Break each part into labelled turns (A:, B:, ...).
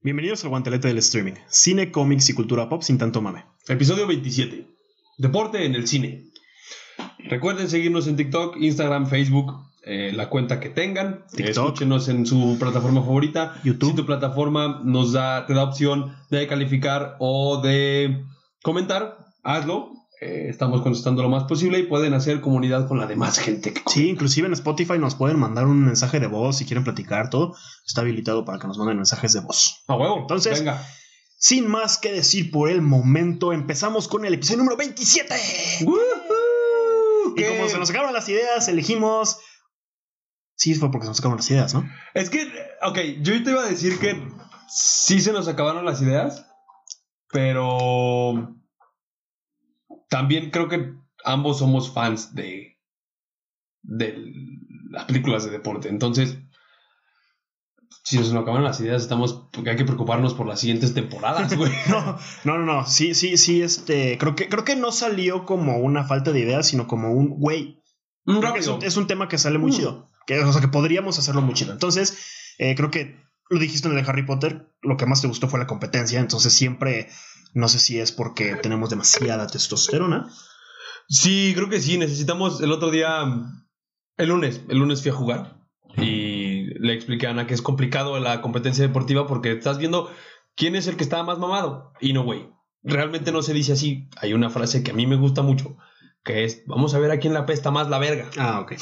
A: Bienvenidos al guantelete del streaming, cine, cómics y cultura pop sin tanto mame.
B: Episodio 27. Deporte en el cine. Recuerden seguirnos en TikTok, Instagram, Facebook, eh, la cuenta que tengan.
A: TikTok.
B: Escúchenos en su plataforma favorita.
A: YouTube.
B: Si tu plataforma nos da, te da opción de calificar o de comentar, hazlo. Eh, estamos contestando lo más posible y pueden hacer comunidad con la demás gente. que-
A: Sí, inclusive en Spotify nos pueden mandar un mensaje de voz si quieren platicar, todo está habilitado para que nos manden mensajes de voz.
B: A huevo.
A: Entonces-
B: venga.
A: Sin más que decir por el momento, empezamos con el episodio número 27. Y
B: ¿Qué?
A: como se nos acabaron las ideas, elegimos... Sí, fue porque se nos acabaron las ideas, ¿no?
B: Es que, ok, yo te iba a decir que sí se nos acabaron las ideas, pero también creo que ambos somos fans de, de las películas de deporte. Entonces, si se nos acabaron las ideas, estamos porque hay que preocuparnos por las siguientes temporadas, Ah, güey.
A: No, no, no, no. Sí, sí, sí, este... Creo que, creo que no salió como una falta de ideas, sino como un... Güey,
B: Un
A: Creo que es
B: rápido.
A: un, es un tema que sale muy
B: Mm.
A: chido. Que, o sea, que podríamos hacerlo muy chido. Entonces, eh, creo que lo dijiste en el de Harry Potter, lo que más te gustó fue la competencia. Entonces, siempre, no sé si es porque tenemos demasiada testosterona.
B: Sí, creo que sí. Necesitamos el otro día, el lunes, el lunes fui a jugar y le expliqué a Ana que es complicado la competencia deportiva porque estás viendo quién es el que está más mamado. Y no, güey, realmente no se dice así. Hay una frase que a mí me gusta mucho, que es, vamos a ver a quién la pesta más la verga.
A: Ah, ok.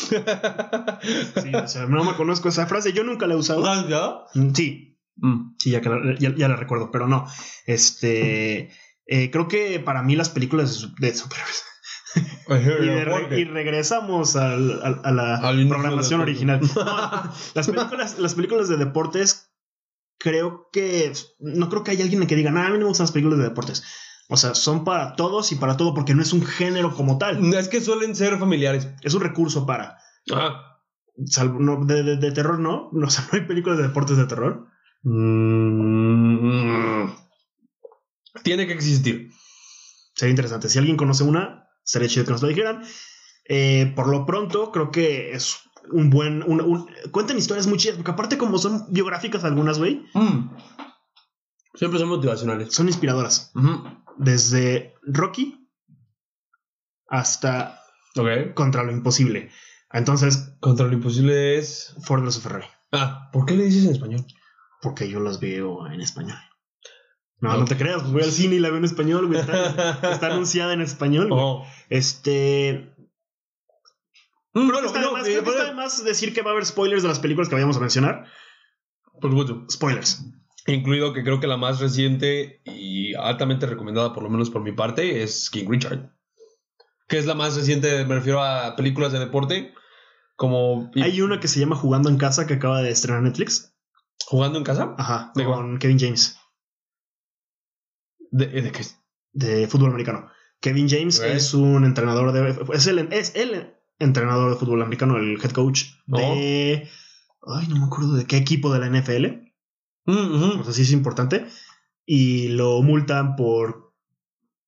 A: Sí, o sea, no me conozco esa frase. Yo nunca la he usado.
B: ¿Ya?
A: Mm, Sí,
B: Mm.
A: sí, ya, que la- ya, ya la recuerdo, pero no. Este. eh, creo que para mí las películas de su- de superhéroes. Y, de re- y regresamos al- al- a la
B: Al inicio
A: programación
B: del
A: original. Las películas, las películas de deportes, creo que. No creo que haya alguien que diga, nada, a mí no me gustan las películas de deportes. O sea, son para todos y para todo, porque no es un género como tal.
B: Es que suelen ser familiares.
A: Es un recurso para.
B: Ah.
A: Salvo, no, de, de- de terror, no. No, o sea, no hay películas de deportes de terror.
B: Mm. Tiene que existir.
A: Sería interesante. Si alguien conoce una, sería chido que nos lo dijeran. Eh, por lo pronto, creo que es un buen. un- un- cuentan historias muy chidas, porque aparte, como son biográficas algunas, güey,
B: Mm. Siempre son motivacionales.
A: son inspiradoras. desde Rocky hasta
B: Ok.
A: Contra lo Imposible. Entonces,
B: Contra lo imposible es.
A: Ford vs. Ferrari,
B: Ah, ¿por qué le dices en español?
A: porque yo las veo en español. No, no te creas, pues voy al cine y la veo en español, güey. Está, está anunciada en español. güey.
B: Oh.
A: Este.
B: Mm,
A: Creo que está de
B: no,
A: más-
B: eh,
A: creo que está de más decir que va a haber spoilers de las películas que vayamos a mencionar.
B: Por supuesto.
A: Spoilers.
B: Incluido que creo que la más reciente y altamente recomendada, por lo menos por mi parte, es King Richard. Que es la más reciente, me refiero a películas de deporte. Como y-
A: Hay una que se llama Jugando en Casa que acaba de estrenar Netflix.
B: jugando en casa.
A: Ajá.
B: ¿De
A: con Kevin James,
B: ¿De, eh, de qué?
A: de fútbol americano. Kevin James
B: Ok.
A: es un entrenador de. Es el, es el entrenador de fútbol americano, el head coach
B: Oh.
A: de. Ay, no me acuerdo de qué equipo de la NFL.
B: Mm, ujú.
A: O sea, sí es importante. Y lo multan por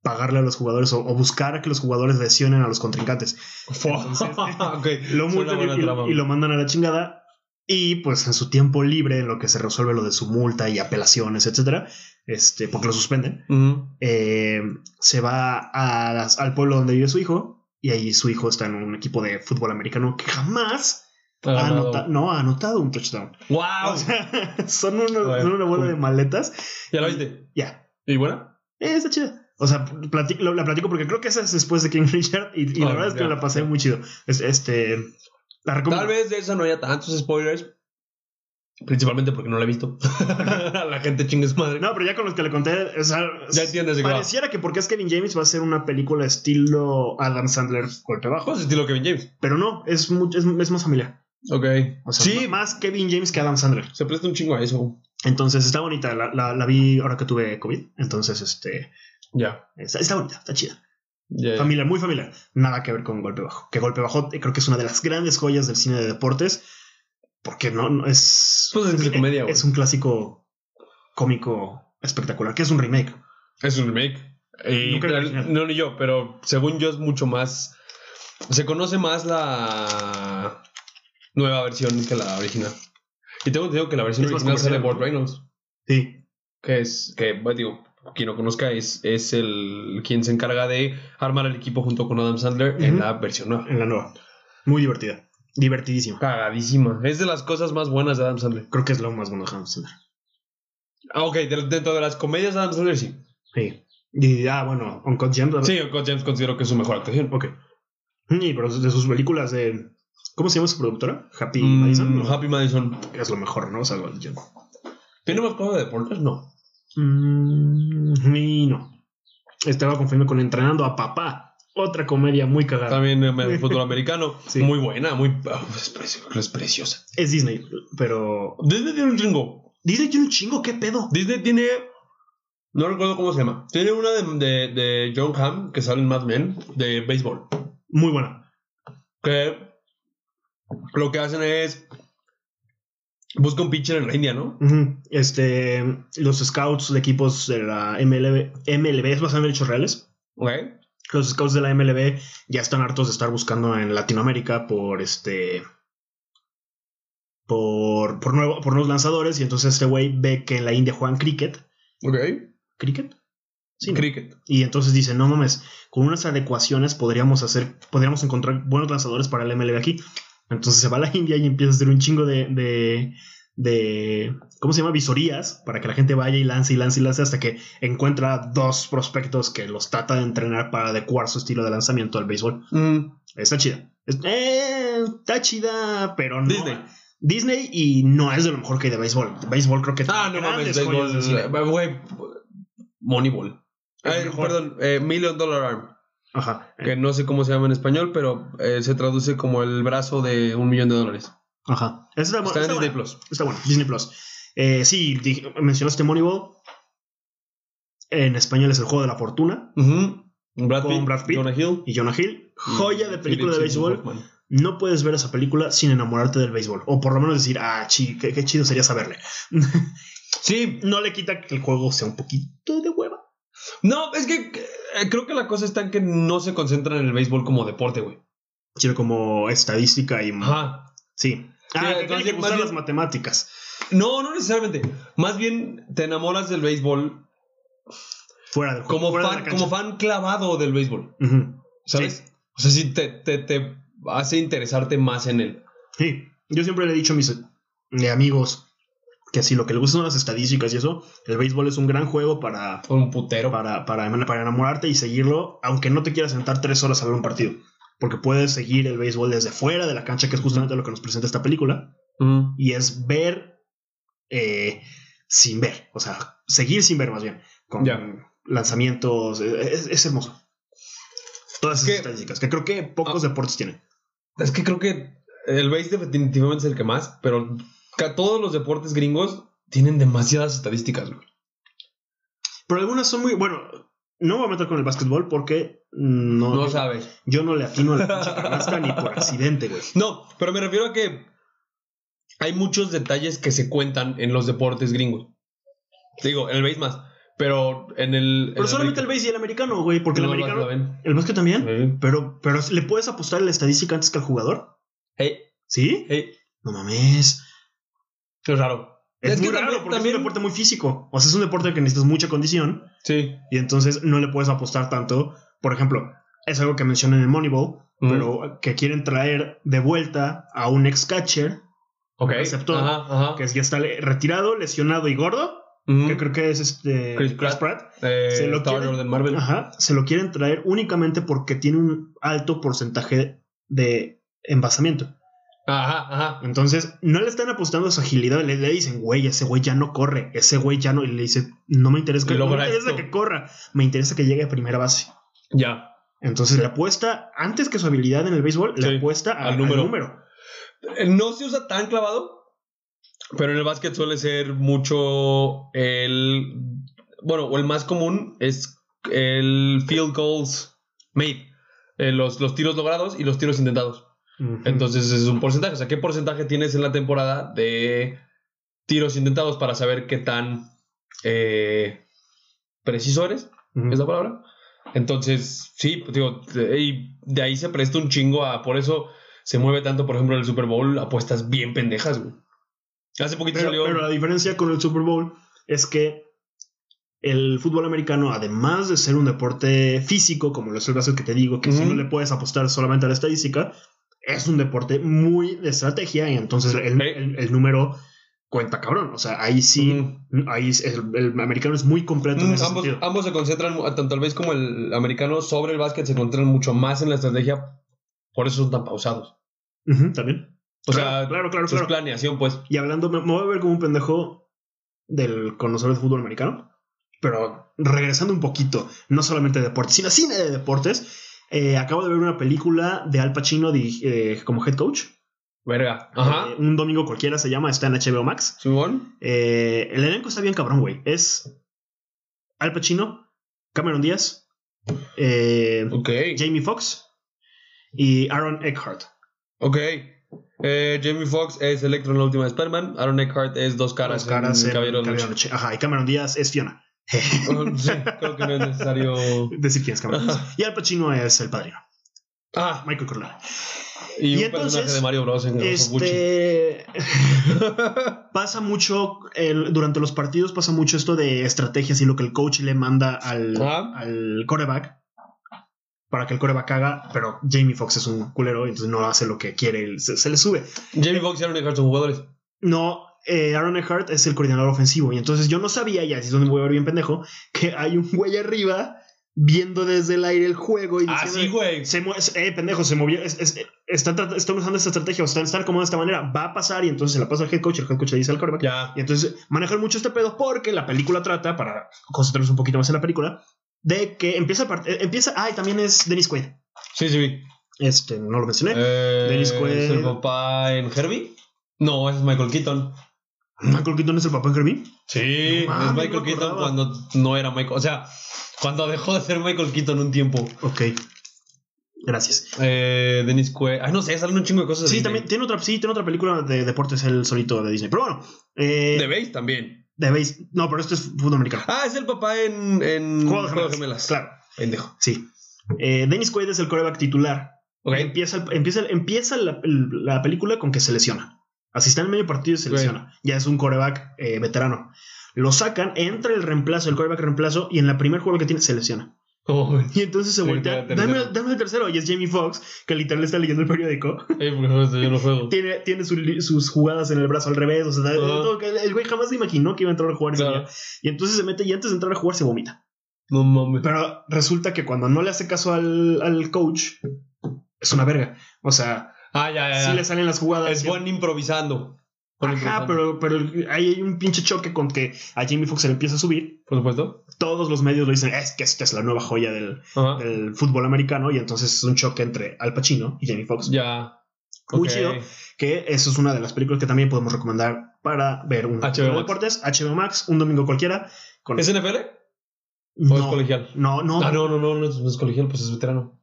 A: pagarle a los jugadores o, o buscar a que los jugadores lesionen a los contrincantes. Entonces,
B: Ok,
A: Lo
B: suena
A: multan y,
B: buena trama.
A: y- y lo mandan a la chingada. Y pues en su tiempo libre, en lo que se resuelve lo de su multa y apelaciones, etcétera, este, porque lo suspenden
B: Ujú.
A: eh, se va a las- al pueblo donde vive su hijo y ahí su hijo está en un equipo de fútbol americano que jamás
B: Ha
A: ha,
B: ganado.
A: anota- no, ha anotado un touchdown.
B: ¡Wow!
A: O sea, son, uno-
B: A ver,
A: son una bola
B: cool.
A: de maletas.
B: ¿Ya la viste?
A: Ya,
B: ¿Y buena?
A: Eh, está chida. O sea, plati- lo- la platico porque creo que esa es después de King Richard y, y la
B: Ah,
A: verdad es que
B: ya,
A: me la pasé
B: ya.
A: muy chido. Es- este, la recomiendo.
B: Tal vez de esa no haya tantos spoilers. Principalmente porque no la he visto. A la gente chingues madre.
A: No, pero ya con los que le conté, o sea,
B: Ya entiendes de qué va.
A: pareciera que porque es Kevin James va a ser una película estilo Adam Sandler golpe bajo,
B: Bajo ese estilo Kevin James.
A: pero no, es, mucho, es, es más familiar.
B: Ok.
A: O sea,
B: sí,
A: ma- más Kevin James que Adam Sandler.
B: se presta un chingo a eso.
A: Entonces está bonita. La, la- la vi ahora que tuve COVID. Entonces, este.
B: Ya.
A: Está, está bonita, está chida.
B: ya, ya.
A: Familiar, muy familiar. Nada que ver con Golpe Bajo. Que Golpe Bajo eh, creo que es una de las grandes joyas del cine de deportes. Porque no, no es.
B: Pues es de comedia, güey.
A: es un clásico cómico espectacular. Que es un remake.
B: Es un remake. Y-
A: Nunca era
B: pero-
A: original.
B: no, ni yo, pero según yo es mucho más. Se conoce más la nueva versión que la original. Y tengo entendido que la versión
A: Es más
B: original sale
A: comercial,
B: Bob
A: ¿no?
B: Reynolds.
A: Sí.
B: que es, que bueno, digo, quien no conozca es, es el quien se encarga de armar el equipo junto con Adam Sandler en
A: Ujú.
B: la versión nueva.
A: en la nueva. Muy divertida. Divertidísima.
B: Cagadísima. Es de las cosas más buenas de Adam Sandler.
A: Creo que es lo más bueno de Adam Sandler.
B: Ah, ok, de- dentro de las comedias de Adam Sandler sí.
A: Sí. Y, ah, bueno, Uncut Gems. ¿verdad?
B: Sí, Uncut James considero que es su mejor actuación.
A: Ok. Y pero de sus películas de... ¿Cómo se llama su productora? Happy
B: Mm,
A: Madison. ¿no?
B: Happy Madison.
A: Es lo mejor, ¿no? O sea, lo- yo-
B: ¿Tiene más cosas de deportes? No.
A: Mm, y no. Estaba confundiendo con Entrenando a Papá. Otra comedia muy cagada.
B: También eh, el fútbol americano.
A: Sí.
B: Muy buena, muy. ah, es, preci- es preciosa.
A: Es Disney, pero.
B: Disney tiene un chingo.
A: Disney tiene un chingo, ¿qué pedo?
B: Disney tiene. No recuerdo cómo se llama. Tiene una de, de, de John Hamm que sale en Mad Men de béisbol.
A: Muy buena.
B: que lo que hacen es busca un pitcher en la India, ¿no?
A: Ujú. Este. Los scouts de equipos de la MLB. MLB es basado en hechos reales.
B: Ok.
A: Los scouts de la MLB ya están hartos de estar buscando en Latinoamérica por este. Por, por, nuevo, por nuevos lanzadores. Y entonces este güey ve que en la India juegan cricket.
B: Ok.
A: ¿Cricket? Sí. ¿no?
B: Cricket.
A: Y entonces dicen, no mames, con unas adecuaciones podríamos hacer, podríamos encontrar buenos lanzadores para el MLB aquí. Entonces se va a la India y empieza a hacer un chingo de, de, de- ¿cómo se llama? Visorías para que la gente vaya y lance y lance y lance hasta que encuentra dos prospectos que los trata de entrenar para adecuar su estilo de lanzamiento al béisbol.
B: Mm.
A: Está chida. Es- eh, está chida, pero no.
B: Disney.
A: Disney y no es de lo mejor que hay de béisbol. De béisbol creo que
B: Ah, no
A: tiene
B: mames.
A: grandes
B: Béisbol.
A: joyas de cine.
B: eh, Güey. Moneyball.
A: Es
B: Eh,
A: mejor.
B: perdón, eh, Million Dollar Arm.
A: Ajá.
B: Que no sé cómo se llama en español, pero eh, se traduce como el brazo de un millón de dólares.
A: Ajá. Esa Está,
B: Está en
A: está
B: Disney
A: buena.
B: Plus.
A: Está bueno, Disney Plus. Eh, sí, di- mencionaste Moneyball. En español es El Juego de la Fortuna.
B: Ujú. Brad
A: Con
B: Pitt,
A: Brad Pitt.
B: Jonah Hill.
A: Y Jonah Hill.
B: Mm,
A: Joya de
B: y
A: película de
B: Philip Seymour
A: béisbol.
B: Hoffman.
A: No puedes ver esa película sin enamorarte del béisbol. O por lo menos decir, ah, chi, qué, qué chido sería saberle.
B: Sí,
A: No le quita que el juego sea un poquito de hueva.
B: no, es que eh, creo que la cosa está en que no se concentran en el béisbol como deporte, güey.
A: Sino como estadística y.
B: Ajá.
A: Sí.
B: Sí,
A: Ah, que tiene
B: entonces,
A: que
B: más
A: gustar
B: bien-
A: las matemáticas.
B: No, no necesariamente. Más bien te enamoras del béisbol
A: Fuera del juego.
B: como,
A: fuera de
B: fan,
A: la
B: como
A: cancha.
B: fan clavado del béisbol,
A: Ujú.
B: ¿sabes? O sea, sí te, te- te hace interesarte más en él.
A: Sí. Yo siempre le he dicho a mis eh, amigos que si lo que le gustan son las estadísticas y eso, el béisbol es un gran juego para
B: Fue un putero.
A: para, para, para enamorarte y seguirlo, aunque no te quieras sentar tres horas a ver un partido. Porque puedes seguir el béisbol desde fuera de la cancha, que es justamente lo que nos presenta esta película,
B: Mm.
A: y es ver eh, sin ver, o sea, seguir sin ver más bien, con
B: Ya.
A: lanzamientos, eh, es, es hermoso. Todas esas
B: Que- Ah.
A: estadísticas, que creo que pocos deportes tienen.
B: Es que creo que el béisbol definitivamente es el que más, pero ca- todos los deportes gringos tienen demasiadas estadísticas, güey.
A: Pero algunas son muy, bueno, no me voy a meter con el básquetbol porque no,
B: No sabes.
A: yo no le atino a la pinche canasta ni por accidente, güey.
B: No, pero me refiero a que hay muchos detalles que se cuentan en los deportes gringos. Digo, en el béisbol más, pero en el... en
A: Pero solamente
B: béisbol-
A: el béis y el americano, güey, porque el
B: No, no,
A: americano...
B: no ven.
A: ¿El básquet también?
B: Eh,
A: Pero, pero ¿le puedes apostar a la estadística antes que al jugador?
B: eh,
A: ¿Sí?
B: eh,
A: No mames.
B: qué raro.
A: Es,
B: Es
A: muy
B: que
A: raro
B: también-
A: porque es
B: también-
A: un deporte muy físico. O sea, es un deporte que necesitas mucha condición
B: Sí.
A: y entonces no le puedes apostar tanto. Por ejemplo, es algo que mencionan en Moneyball,
B: Mm.
A: pero que quieren traer de vuelta a un ex catcher
B: Ok.
A: Receptor.
B: Ajá, ajá.
A: que ya está le- retirado, lesionado y gordo,
B: Ujú.
A: que creo que es este
B: Chris Pratt. Eh,
A: se lo
B: Star
A: quieren-
B: Lord de Marvel.
A: Ajá, se lo quieren traer únicamente porque tiene un alto porcentaje de envasamiento.
B: Ajá, ajá.
A: Entonces, no le están apostando a su agilidad, le, le dicen, güey, ese güey ya no corre, ese güey ya no, y le dice, no me interesa, que, no me
B: Logra
A: interesa
B: esto.
A: que corra, me interesa que llegue a primera base.
B: Ya.
A: Entonces, le apuesta, antes que su habilidad en el béisbol,
B: Sí,
A: le apuesta a-
B: al
A: al número.
B: número. Eh, No se usa tan clavado, pero en el básquet suele ser mucho el... Bueno, o el más común es el field goals made. Eh, los, los tiros logrados y los tiros intentados.
A: Ujú.
B: Entonces ese es un porcentaje. O sea, ¿qué porcentaje tienes en la temporada de tiros intentados para saber qué tan eh, preciso eres?
A: Ujú.
B: ¿Es la palabra? Entonces, sí, pues, digo, de- y de ahí se presta un chingo a. Por eso se mueve tanto, por ejemplo, en el Super Bowl, apuestas bien pendejas, güey. Hace poquito
A: pero,
B: salió.
A: pero la diferencia con el Super Bowl es que el fútbol americano, además de ser un deporte físico, como lo es el básquet que te digo, que si
B: Ujú.
A: no le puedes apostar solamente a la estadística, es un deporte muy de estrategia y entonces el,
B: Eh.
A: el- el número cuenta cabrón. O sea, ahí sí,
B: Mm.
A: ahí es- el, el americano es muy completo en
B: Mm,
A: ese
B: ambos,
A: sentido.
B: ambos se concentran, mu- tanto el base como el americano, sobre el básquet, se concentran mucho más en la estrategia, por eso son tan pausados.
A: Ujú, También.
B: O
A: Claro,
B: sea,
A: claro, claro,
B: su
A: claro.
B: planeación, pues.
A: Y hablando, me, me voy a ver como un pendejo del conocedor de fútbol americano, pero regresando un poquito, no solamente de deportes, sino cine de deportes, eh, acabo de ver una película de Al Pacino diri- eh, como head coach.
B: Verga. Ajá.
A: Eh, un domingo cualquiera se llama, está en HBO Max.
B: Simón.
A: Eh, el elenco está bien cabrón, güey. Es Al Pacino, Cameron Díaz, eh,
B: Ok.
A: Jamie Foxx y Aaron Eckhart.
B: Ok. Eh, Jamie Foxx es Electro en la última de Spider-Man. Aaron Eckhart es dos caras,
A: Las caras
B: en
A: en
B: Caballero de la
A: Caballero de la
B: Noche.
A: Noche. Ajá, y Cameron Díaz es Fiona.
B: Sí, creo que no es necesario.
A: Decir quién es Cameron Díaz. Y Al Pacino es el padrino,
B: Ah,
A: Michael Corleone.
B: y,
A: Y
B: un
A: entonces,
B: personaje de Mario Bros. en Gucci.
A: Este pasa mucho el- durante los partidos pasa mucho esto de estrategias y lo que el coach le manda al,
B: Ajá.
A: al coreback para que el coreback haga, pero Jamie Foxx es un culero, entonces no hace lo que quiere, él se, se le sube.
B: Jamie Foxx y Aaron Eckhart son jugadores.
A: No, eh, Aaron Eckhart es el coordinador ofensivo, y entonces yo no sabía, y así es donde me voy a ver bien pendejo, que hay un güey arriba viendo desde el aire el juego y
B: Ah,
A: diciendo-
B: sí, güey.
A: se mue- eh, pendejo, se movió. Es, es- están, trat- están usando esta estrategia o están, están acomodando de esta manera. Va a pasar y entonces se la pasa al head coach. El head coach le dice al quarterback.
B: Ya.
A: Y entonces manejan mucho este pedo porque la película trata, para concentrarnos un poquito más en la película, de que empieza el part- eh, empieza Ah, y también es Dennis Quaid.
B: Sí, sí, vi.
A: Este, no lo mencioné.
B: Eh,
A: Dennis Quaid.
B: ¿Es el papá en Herbie? No, ese es Michael Keaton.
A: Michael Keaton es el papá de Herbie.
B: Sí,
A: No mames,
B: es
A: no
B: Michael
A: me
B: Keaton
A: acordaba.
B: cuando no era Michael. O sea, cuando dejó de ser Michael Keaton un tiempo.
A: Ok. Gracias.
B: Eh, Dennis Quaid. Ay, no sé, salen un chingo de cosas. de
A: Sí,
B: Disney.
A: también tiene otra, sí, tiene otra película de deportes, el solito de Disney. Pero bueno, eh,
B: De Base también.
A: de base. No, pero esto es fútbol americano.
B: Ah, es el papá en. en
A: Juego de
B: Juego de
A: gemelas.
B: Gemelas.
A: Claro,
B: Pendejo.
A: sí. Eh, Dennis Quaid es el coreback titular
B: Ok.
A: Empieza, el- empieza, el- empieza la, el- la película con que se lesiona. Así está en medio partido y se
B: Ok.
A: lesiona. Ya es un coreback eh, veterano. Lo sacan, entra el reemplazo, el coreback reemplazo, y en la primer juego que tiene se lesiona.
B: Oh, eh,
A: Y entonces se
B: Sí,
A: voltea.
B: claro, tercero.
A: Dame, dame el tercero. Y es Jamie Foxx, que literal está leyendo el periódico.
B: porque no sé, yo no juego.
A: tiene tiene su li- sus jugadas en el brazo al revés. O sea,
B: Ajá.
A: todo que- el güey jamás se imaginó que iba a entrar a jugar. ese
B: Claro.
A: día. Y entonces se mete y antes de entrar a jugar se vomita.
B: No mames.
A: Pero resulta que cuando no le hace caso al, al coach, es una verga. O sea,
B: Ah, ya, ya. ya.
A: sí le salen las jugadas.
B: Es
A: sí-
B: buen improvisando. Buen
A: Ajá,
B: improvisando.
A: pero, pero ahí hay un pinche choque con que a Jamie Foxx se le empieza a subir.
B: Por supuesto.
A: Todos los medios lo dicen, es que esta es la nueva joya del,
B: Ajá.
A: del fútbol americano. Y entonces es un choque entre Al Pacino y Jamie Foxx.
B: Ya.
A: Muy
B: Ok.
A: chido. Que eso es una de las películas que también podemos recomendar para ver un
B: HBO
A: de
B: Max.
A: deportes. HBO Max, un domingo cualquiera. Con...
B: ¿Es NFL? ¿O es
A: no,
B: colegial?
A: no, no,
B: Ah, no, no, no, no es, no es colegial, pues es veterano.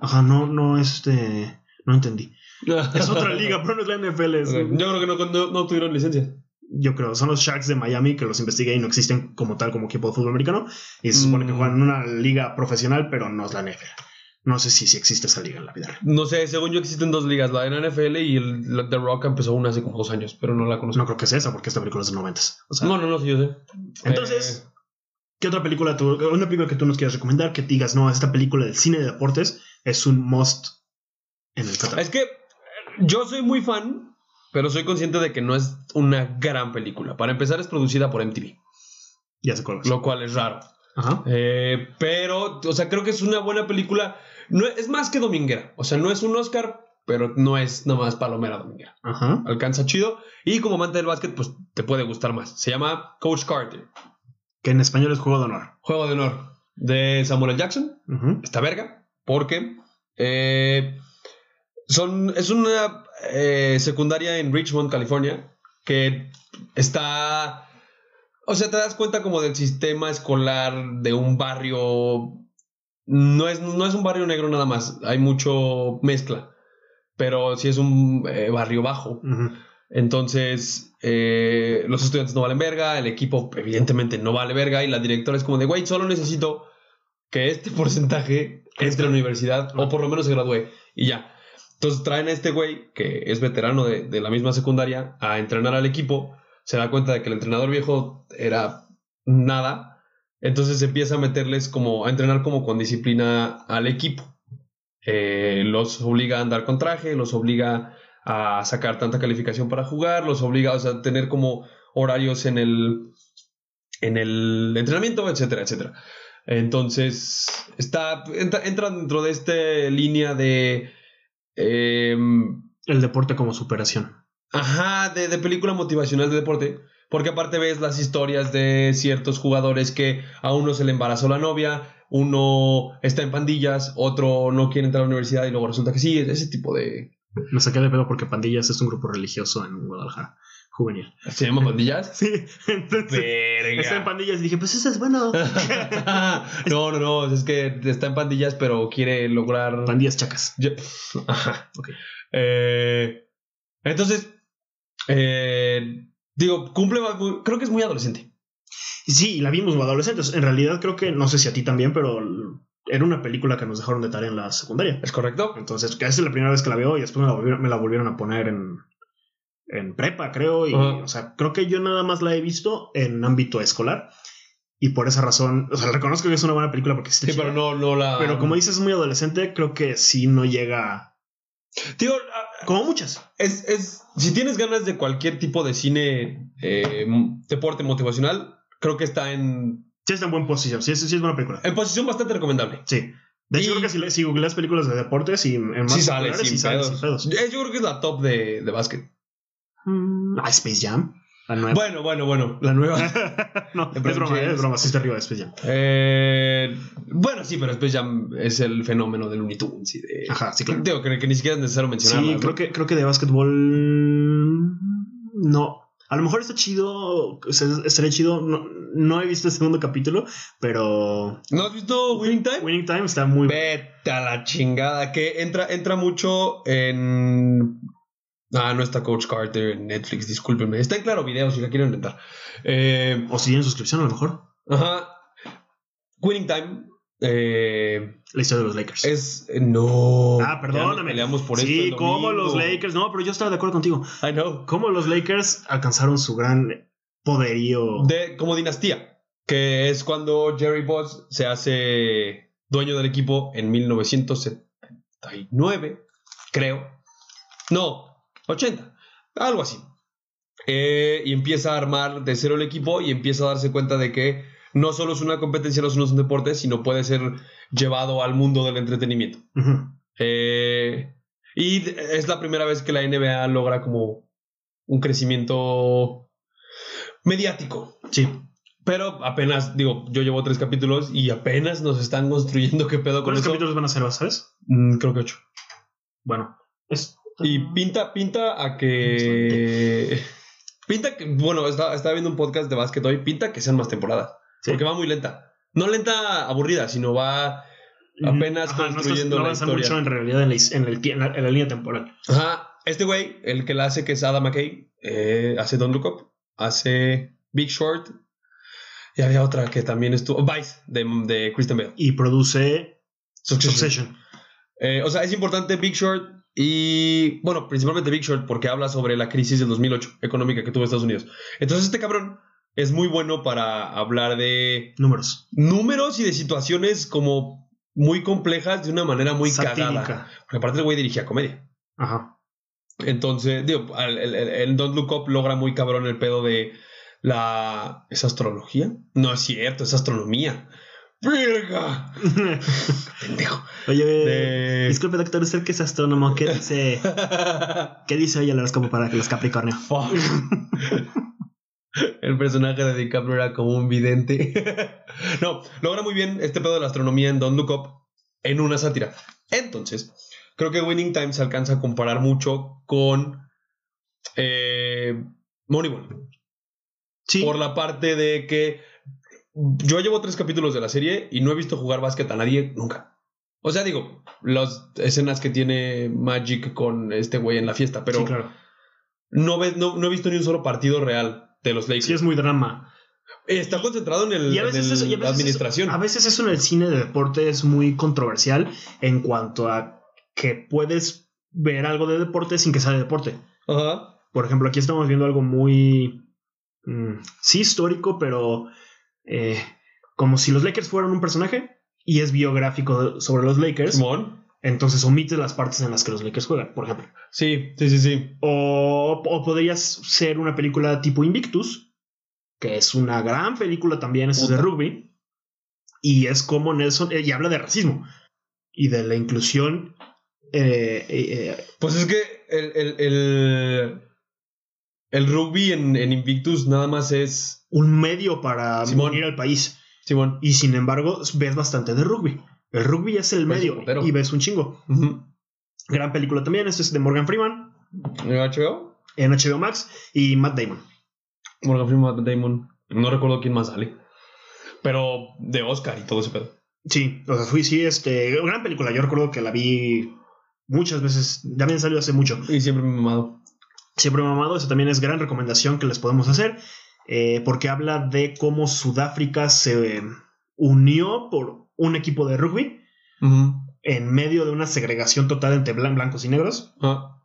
A: Ajá, no, no, este... No entendí. Es otra liga, pues, pero no es la NFL.
B: Ok,
A: es-
B: Yo creo que no, no, no tuvieron licencia.
A: yo creo, son los Sharks de Miami que los investigué y no existen como tal como equipo de fútbol americano. Y se supone que
B: Mm.
A: juegan en una liga profesional, pero no es la NFL. No sé si, si existe esa liga en la vida real.
B: No sé, según yo existen dos ligas, la de la NFL y el, la The Rock empezó una hace como dos años, pero no la conozco.
A: Pues No creo que sea esa porque esta película es de 90. O sea,
B: No, no, no, sí, yo sé.
A: Entonces, ¿qué otra película tú, una película que tú nos quieras recomendar que te digas, no, esta película del cine de deportes es un must en el
B: Eh,
A: catálogo?
B: es que yo soy muy fan, pero soy consciente de que no es una gran película. Para empezar, es producida por MTV,
A: Ya se colgó.
B: lo cual es raro.
A: Ajá.
B: Eh, pero, o sea, creo que es una buena película. No, es más que dominguera. O sea, no es un Oscar, pero no es nada más palomera dominguera.
A: Ajá.
B: alcanza chido. Y como amante del básquet, pues te puede gustar más. Se llama Coach Carter,
A: Que en español es Juego de Honor.
B: Juego de Honor, de Samuel L. Jackson.
A: Ujú.
B: Está verga, porque eh, son, es una eh, secundaria en Richmond, California, que está... O sea, te das cuenta como del sistema escolar de un barrio... No es, no es un barrio negro nada más, hay mucho mezcla, pero sí es un eh, barrio bajo.
A: Ujú.
B: Entonces, eh, los estudiantes no valen verga, el equipo evidentemente no vale verga y la directora es como de, güey, solo necesito que este porcentaje entre a la universidad o por lo menos se gradúe y ya. Entonces traen a este güey, que es veterano de, de la misma secundaria, a entrenar al equipo, se da cuenta de que el entrenador viejo era nada Entonces empieza a meterles como, a entrenar como con disciplina al equipo. Eh, los obliga a andar con traje, los obliga a sacar tanta calificación para jugar, los obliga o sea, a tener como horarios en el, en el entrenamiento, etcétera, etcétera. Entonces, está, entra, entra dentro de esta línea de... eh,
A: El deporte como superación.
B: ajá, de, de película motivacional de deporte. Porque aparte ves las historias de ciertos jugadores que a uno se le embarazó la novia, uno está en pandillas, otro no quiere entrar a la universidad y luego resulta que sí, ese tipo de...
A: Me saqué de pedo porque Pandillas es un grupo religioso en Guadalajara, juvenil.
B: ¿Se llama pandillas?
A: Sí, entonces está en
B: Verga.
A: Pandillas y dije, pues eso es bueno.
B: no, no, no, es que está en pandillas pero quiere lograr...
A: Pandillas chacas.
B: Ya- Ajá.
A: Ok.
B: Eh, entonces, eh, digo, cumple, creo que es muy adolescente.
A: Sí, la vimos como adolescentes. En realidad creo que, no sé si a ti también, pero l- era una película que nos dejaron de tarea en la secundaria.
B: ¿Es correcto?
A: Entonces, que esa es la primera vez que la veo y después me la volvieron, me la volvieron a poner en, en prepa, creo. Y,
B: Ajá.
A: O sea, creo que yo nada más la he visto en ámbito escolar. Y por esa razón, o sea, reconozco que es una buena película porque está
B: Sí,
A: chida,
B: pero no, no um, la.
A: Pero como dices, es muy adolescente, creo que sí no llega.
B: Digo, ah,
A: Como muchas.
B: es, es, si tienes ganas de cualquier tipo de cine, eh, m- deporte motivacional, creo que está en,
A: Sí, está en buena posición. Sí, es- sí es buena película.
B: en posición bastante recomendable.
A: Sí. De hecho,
B: Y-
A: creo que si, le- si googleas películas de deportes y en más
B: Sí sale,
A: populares,
B: sin,
A: sí sale
B: pedos.
A: sin pedos.
B: Eh, Yo creo que es la top de, de básquet.
A: Mm, Ah, Space Jam. La nueva.
B: Bueno, bueno, bueno, la nueva.
A: no,
B: LeBron
A: es broma,
B: James.
A: es broma. Sí está arriba de Space Jam.
B: Eh, bueno, sí, pero después ya es el fenómeno del Looney Tunes y de...
A: Ajá, sí, claro.
B: Digo, que, que ni siquiera es necesario mencionarla.
A: Sí,
B: ¿no?
A: creo que, creo que de básquetbol. No. A lo mejor está chido. o sea, Estaría chido. No, no he visto el segundo capítulo, pero.
B: ¿No has visto Winning Time?
A: Winning Time está muy.
B: Vete a la chingada, que entra, entra mucho en... Ah, no está Coach Carter en Netflix, discúlpenme. Está en Claro Video, si la quieren rentar. Eh,
A: O si tienen suscripción, a lo mejor.
B: ajá. Winning Time eh,
A: La historia de los Lakers.
B: es... No.
A: Ah, perdóname.
B: Ya nos peleamos por esto
A: sí,
B: el
A: como
B: domingo.
A: los Lakers. No, pero yo estaba de acuerdo contigo.
B: I know.
A: Como los Lakers alcanzaron su gran poderío.
B: de, como dinastía, que es cuando Jerry Boss se hace dueño del equipo en 1979, creo. No, 80, algo así. Eh, y empieza a armar de cero el equipo y empieza a darse cuenta de que no solo es una competencia, no solo es un deporte, sino puede ser llevado al mundo del entretenimiento.
A: Ujú.
B: Eh, y d- es la primera vez que la NBA logra como un crecimiento mediático.
A: Sí.
B: Pero apenas, digo, yo llevo tres capítulos y apenas nos están construyendo qué pedo con
A: ¿Cuántos
B: eso.
A: capítulos van a ser, sabes?
B: Mm, creo que ocho.
A: Bueno. Es... mm,
B: Y
A: Ah.
B: pinta, pinta a que. Pinta que. Bueno, estaba, estaba viendo un podcast de básquet hoy. Pinta que sean más temporadas.
A: Sí.
B: Porque va muy lenta. No lenta aburrida, sino va. apenas
A: no estás-
B: construyendo
A: no
B: la
A: avanza
B: historia.
A: mucho en realidad en la, his- en el tie- en la- en la línea temporal.
B: Ajá. Este güey, el que la hace, que es Adam McKay, eh, hace Don't Look Up, hace Big Short. Y había otra que también estuvo. Vice, de, de Kristen Bell.
A: Y produce
B: Succession.
A: Succession.
B: Eh, o sea, es importante Big Short y, bueno, principalmente Big Short porque habla sobre la crisis del 2008 económica que tuvo Estados Unidos. Entonces este cabrón es muy bueno para hablar de
A: Números.
B: números y de situaciones como muy complejas de una manera muy cagada.
A: Satírica.
B: Porque aparte el güey dirigía comedia.
A: Ajá.
B: Entonces, digo, al- el, el- el Don't Look Up logra muy cabrón el pedo de la... ¿Es astrología? No es cierto, es astronomía. ¡Verga! Pendejo.
A: Oye,
B: De-
A: disculpe, doctor, usted que Eh, es astrónomo, ¿qué dice, ¿qué dice hoy el horóscopo para los Capricornio?
B: Fuck. El personaje de DiCaprio era como un vidente. no, logra muy bien este pedo de la astronomía en Don't Look Up en una sátira. Entonces, creo que Winning Time se alcanza a comparar mucho con eh, Moneyball.
A: Sí.
B: Por la parte de que yo llevo tres capítulos de la serie y no he visto jugar básquet a nadie nunca. O sea, digo, las escenas que tiene Magic con este güey en la fiesta, pero
A: sí, claro.
B: no, ves- no, no he visto ni un solo partido real de los Lakers.
A: Sí, es muy drama.
B: Está concentrado en, el,
A: Y a veces
B: en el-
A: eso- y a
B: la
A: veces
B: administración.
A: A veces eso en el cine de deporte es muy controversial en cuanto a que puedes ver algo de deporte sin que sea de deporte.
B: Ajá.
A: Por ejemplo, aquí estamos viendo algo muy. mm, sí, histórico, pero. eh, como si los Lakers fueran un personaje y es biográfico de- sobre los Lakers.
B: Simón.
A: Entonces omite las partes en las que los Lakers juegan, por ejemplo.
B: Sí, sí, sí, sí.
A: O, o podrías ser una película tipo Invictus, que es una gran película también, eso es de
B: Puta.
A: rugby. Y es como Nelson, eh, y habla de racismo y de la inclusión. eh, eh, eh,
B: Pues es que el, el, el, el rugby en, en Invictus nada más es.
A: un medio para
B: Simón.
A: unir al país.
B: Simón.
A: Y sin embargo, ves bastante de rugby. El rugby es el
B: Pues,
A: medio
B: pero-
A: y ves un chingo.
B: Ujú.
A: Gran película también, esto es de Morgan Freeman
B: ¿En HBO?
A: en HBO Max y Matt Damon.
B: Morgan Freeman, Matt Damon. No recuerdo quién más sale. Pero de Oscar y todo ese pedo.
A: Sí, o sea, fui, sí, este, gran película. Yo recuerdo que la vi muchas veces, también salió hace mucho.
B: Y siempre me he mamado.
A: Siempre me ha mamado, eso también es gran recomendación que les podemos hacer, eh, porque habla de cómo Sudáfrica se eh, unió por un equipo de rugby
B: Ujú.
A: en medio de una segregación total entre blan- blancos y negros.
B: Ah,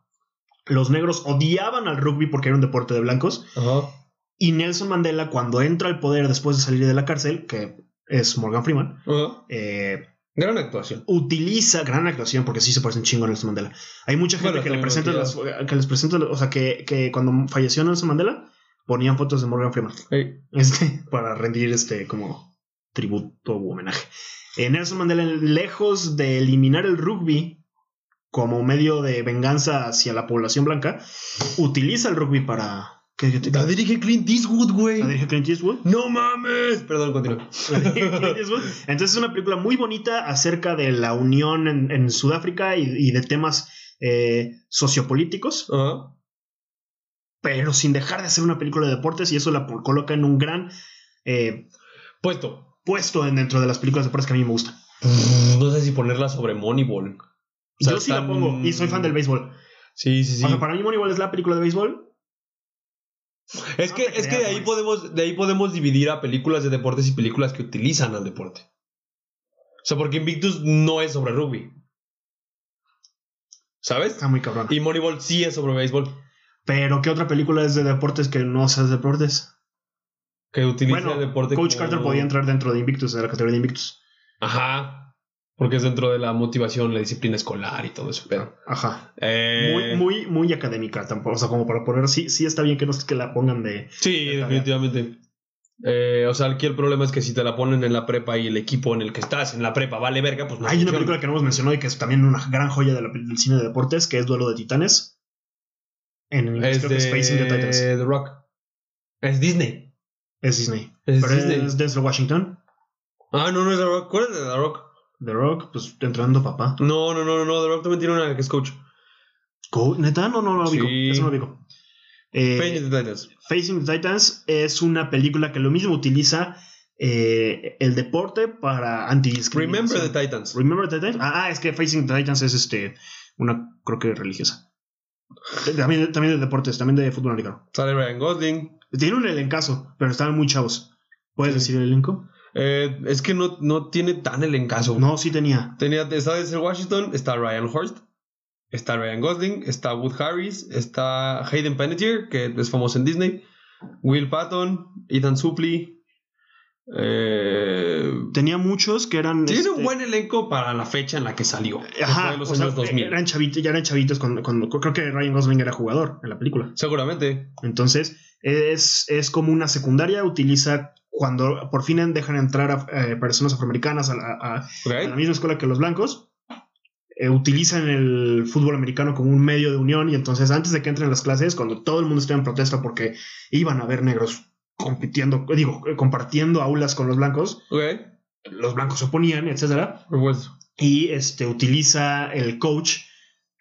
A: Los negros odiaban al rugby porque era un deporte de blancos.
B: Ajá.
A: Y Nelson Mandela, cuando entra al poder después de salir de la cárcel, que es Morgan Freeman,
B: Ajá.
A: eh,
B: Gran actuación.
A: utiliza gran actuación porque sí se parece un chingo a Nelson Mandela. Hay mucha gente
B: Bueno,
A: que, le
B: también
A: presenta las, eh,
B: motivado.
A: que les presenta, o sea, que, que cuando falleció Nelson Mandela ponían fotos de Morgan Freeman
B: Ey.
A: este, para rendir este como tributo u homenaje. Eh, Nelson Mandela, lejos de eliminar el rugby como medio de venganza hacia la población blanca, utiliza el rugby para... ¿Qué, qué- qué-
B: La dirige Clint Eastwood, güey.
A: la dirige Clint Eastwood.
B: No mames. Perdón, continúa.
A: La dirige Clint Eastwood. Entonces es una película muy bonita acerca de la unión en, en Sudáfrica y, y de temas eh, sociopolíticos,
B: Ajá.
A: pero sin dejar de ser una película de deportes y eso la po- coloca en un gran eh,
B: Puesto.
A: puesto en- dentro de las películas de deportes que a mí me gustan.
B: No sé si ponerla sobre Moneyball. O sea,
A: Yo sí la
B: tan-
A: pongo y soy fan del béisbol.
B: Sí, sí, sí.
A: O sea, para mí Moneyball es la película de béisbol.
B: es
A: no
B: que,
A: te
B: es que
A: creas,
B: de ahí
A: Max.
B: podemos, de ahí podemos dividir a películas de deportes y películas que utilizan al deporte. O sea, porque Invictus no es sobre rugby. ¿Sabes?
A: Está muy cabrón.
B: Y Moneyball sí es sobre béisbol.
A: Pero ¿qué otra película es de deportes que no sea de deportes?
B: Que utiliza
A: Bueno,
B: el deporte.
A: Coach
B: como-
A: Carter podía entrar dentro de Invictus, de la categoría de Invictus.
B: Ajá. Porque es dentro de la motivación, la disciplina escolar y todo eso. Pero.
A: Ajá.
B: Eh,
A: Muy, muy, muy académica tampoco. O sea, como para poner, sí, sí está bien que no que la pongan de. de
B: Sí,
A: tarea.
B: definitivamente. Eh, o sea, aquí el problema es que si te la ponen en la prepa y el equipo en el que estás en la prepa vale verga, pues no.
A: Hay una
B: funciona.
A: película que no hemos mencionado y que es también una gran joya de la pel- del cine de deportes, que es Duelo de Titanes. En inglés
B: es
A: creo que es Facing the Titans.
B: de The Rock. Es Disney.
A: Es Disney.
B: Es
A: Pero
B: Disney.
A: es Denzel Washington,
B: Ah, no, no es The Rock. ¿Cuál es de The Rock?
A: The Rock, pues entrando papá.
B: No, no, no, no, no. The Rock también tiene una que es coach.
A: Co- ¿Neta? No, no, no lo ubico.
B: Sí.
A: Eso no lo ubico. Eh,
B: Facing the Titans.
A: Facing the Titans es una película que lo mismo utiliza eh, el deporte para antidiscriminación.
B: Remember the Titans.
A: Remember the Titans. Ah, ah, es que Facing the Titans es este una creo que religiosa. Eh, También, también de deportes, también de fútbol americano.
B: Sale Ryan Gosling.
A: Tiene un elencazo, pero estaban muy chavos. ¿Puedes
B: Sí.
A: decir el elenco?
B: Eh, es que no, no tiene tan el encaso.
A: No, sí tenía.
B: Tenía, está Denzel Washington, está Ryan Horst, está Ryan Gosling, está Wood Harris, está Hayden Panettiere, que es famoso en Disney, Will Patton, Ethan Suplee. eh,
A: Tenía muchos que eran.
B: tiene
A: este,
B: un buen elenco para la fecha en la que salió. que fue
A: Ajá,
B: en los
A: o sea, eh,
B: años 2000.
A: eran chavitos, ya eran chavitos cuando, cuando- creo que Ryan Gosling era jugador en la película.
B: Seguramente.
A: Entonces, es, es como una secundaria, utiliza cuando por fin dejan entrar a eh, personas afroamericanas a la, a-
B: ¿ok?
A: a la misma escuela que los blancos, eh, utilizan el fútbol americano como un medio de unión y entonces antes de que entren las clases, cuando todo el mundo está en protesta porque iban a ver negros compitiendo, digo, eh, compartiendo aulas con los blancos,
B: Ok,
A: los blancos se oponían, etcétera,
B: por supuesto.
A: y este utiliza el coach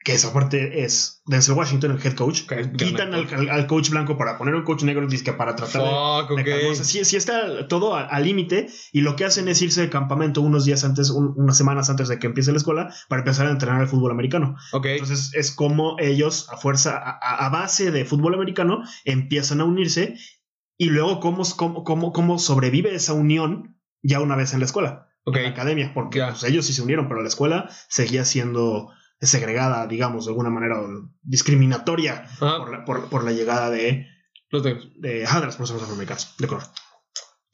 A: que esa parte es Denzel Washington el head coach
B: Que- que
A: quitan
B: me-
A: al, al- al coach blanco para poner un coach negro dice que para tratar de-
B: Fuck,
A: de,
B: ok.
A: calmar. O sea, sí, sí está todo a- al límite y lo que hacen es irse de campamento unos días antes un- unas semanas antes de que empiece la escuela para empezar a entrenar al fútbol americano
B: Ok,
A: entonces es como ellos a fuerza a- a, a base de fútbol americano empiezan a unirse y luego cómo, cómo, cómo, cómo sobrevive esa unión ya una vez en la escuela
B: ok.
A: en la academia, porque
B: Ya.
A: pues, ellos sí se unieron, pero la escuela seguía siendo segregada, digamos, de alguna manera o discriminatoria
B: Ajá,
A: por, la, por- por la llegada de,
B: los negros.
A: de, ajá, de las personas afroamericanas de color.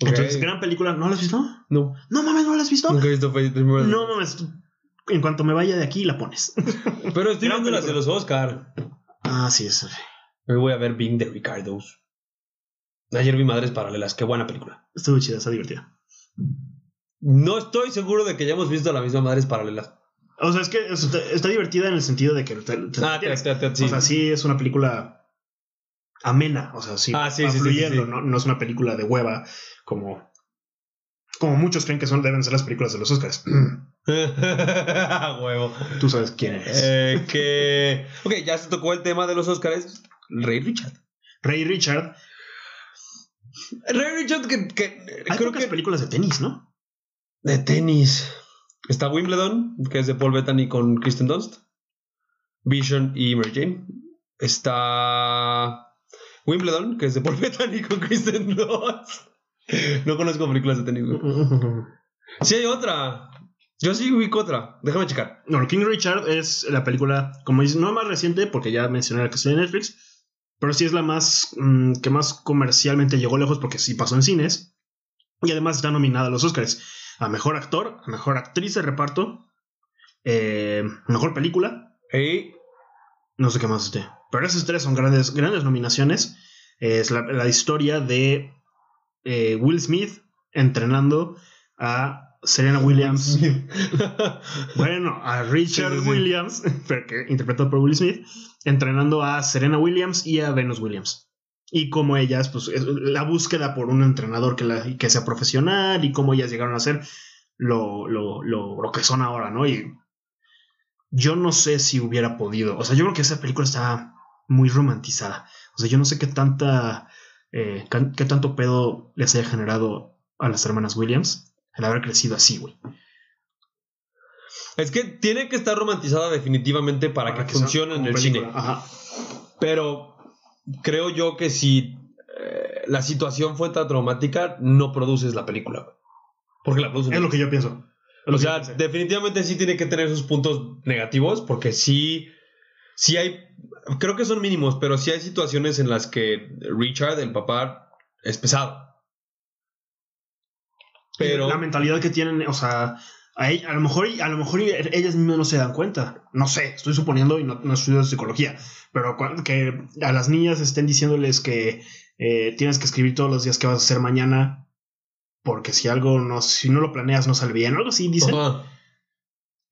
B: Ok.
A: Entonces, gran película. ¿No la has visto?
B: No,
A: No mames, ¿no la has visto?
B: nunca he visto Fate Three Murders.
A: No mames. tú- En cuanto me vaya de aquí, la pones.
B: Pero estoy
A: Gran
B: viendo las de los Oscar.
A: Ah, sí, es.
B: Hoy voy a ver Bing de Ricardos. Ayer vi Madres Paralelas, qué buena película.
A: Estuvo chida, está divertida.
B: No estoy seguro de que hayamos visto la misma Madres Paralelas.
A: O sea, es que es- está, está divertida en el sentido de que. te- te-
B: Ah, te- te- te-
A: O sea, sí es una película amena. O sea, sí.
B: Ah, sí,
A: va
B: sí, sí,
A: fluyendo,
B: sí, sí.
A: ¿no? No es una película de hueva como. Como muchos creen que son, deben ser las películas de los Oscars.
B: Ah, Huevo.
A: Tú sabes quién eres.
B: Eh, que. Ok, ya se tocó el tema de los Oscars. Rey Richard.
A: Ray Richard.
B: Rey Richard, que. que-
A: Hay
B: creo
A: pocas
B: que.
A: películas de tenis, ¿no?
B: De tenis. Está Wimbledon, que es de Paul Bettany con Kristen Dunst. Vision y Mary Jane. Está. Wimbledon, que es de Paul Bettany con Kristen Dunst. No conozco películas de tenis. güey.
A: No,
B: Sí, hay otra. Yo sí ubico otra. Déjame checar.
A: King Richard es la película, como dices, no más reciente, porque ya mencioné la que está en Netflix, pero sí es la más mm, que más comercialmente llegó lejos porque sí pasó en cines. Y además está nominada a los Oscars. A mejor actor, a mejor actriz de reparto, eh, mejor película,
B: Hey,
A: no sé qué más esté. Pero esas tres son grandes, grandes nominaciones. Es la, la historia de eh, Will Smith entrenando a Serena Williams. Bueno, a Richard
B: Sí, sí, sí.
A: Williams, pero que interpretado por Will Smith, entrenando a Serena Williams y a Venus Williams. Y cómo ellas, pues, es la búsqueda por un entrenador que, la- que sea profesional y cómo ellas llegaron a ser lo, lo- lo- lo que son ahora, ¿no? Y yo no sé si hubiera podido. O sea, yo creo que esa película está muy romantizada. O sea, yo no sé qué tanta. eh, can- qué tanto pedo les haya generado a las hermanas Williams el haber crecido así, güey.
B: Es que tiene que estar romantizada definitivamente para, que,
A: sea
B: funcione en
A: como
B: el
A: película.
B: cine.
A: Ajá.
B: Pero creo yo que si eh, la situación fue tan traumática, no produces la película. güey. Porque la producen.
A: Es lo que yo pienso. Es lo
B: o
A: que
B: sea,
A: yo pensé.
B: definitivamente sí tiene que tener sus puntos negativos, porque sí, sí hay, creo que son mínimos, pero sí hay situaciones en las que Richard, el papá, es pesado. Pero
A: la mentalidad que tienen, o sea, a, ella- a lo mejor a lo mejor e-, ellas mismas no se dan cuenta. No sé, estoy suponiendo y no, no estudio psicología, pero cua- que a las niñas estén diciéndoles que eh, tienes que escribir todos los días que vas a hacer mañana porque si algo no si no lo planeas no sale bien, algo así dicen.
B: Ajá.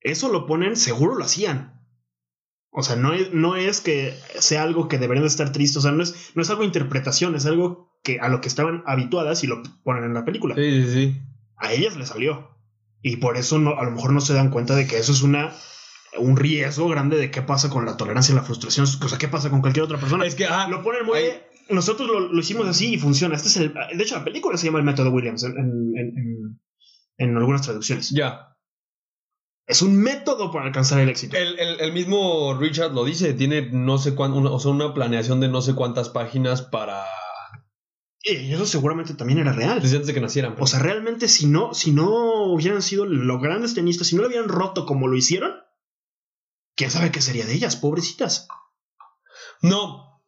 A: Eso lo ponen, seguro lo hacían. O sea, no es, no es que sea algo que deberían de estar tristes, o sea, no es, no es algo de interpretación, es algo que a lo que estaban habituadas y lo ponen en la película.
B: Sí, sí, sí.
A: a ellas les salió. Y por eso no, a lo mejor no se dan cuenta de que eso es una un riesgo grande de qué pasa con la tolerancia y la frustración, o sea, qué pasa con cualquier otra persona.
B: Es que, ah,
A: lo pone el muelle, nosotros lo, lo hicimos así y funciona. Este es el, de hecho, la película se llama El método Williams en, en- en- en- en algunas traducciones.
B: ya.
A: Es un método para alcanzar el éxito.
B: El, el- el mismo Richard lo dice, tiene no sé cuán, una, o sea, una planeación de no sé cuántas páginas para...
A: Y eso seguramente también era real.
B: Desde antes de que nacieran.
A: O sea, realmente si no, si no hubieran sido los grandes tenistas, si no lo hubieran roto como lo hicieron, quién sabe qué sería de ellas, pobrecitas.
B: No,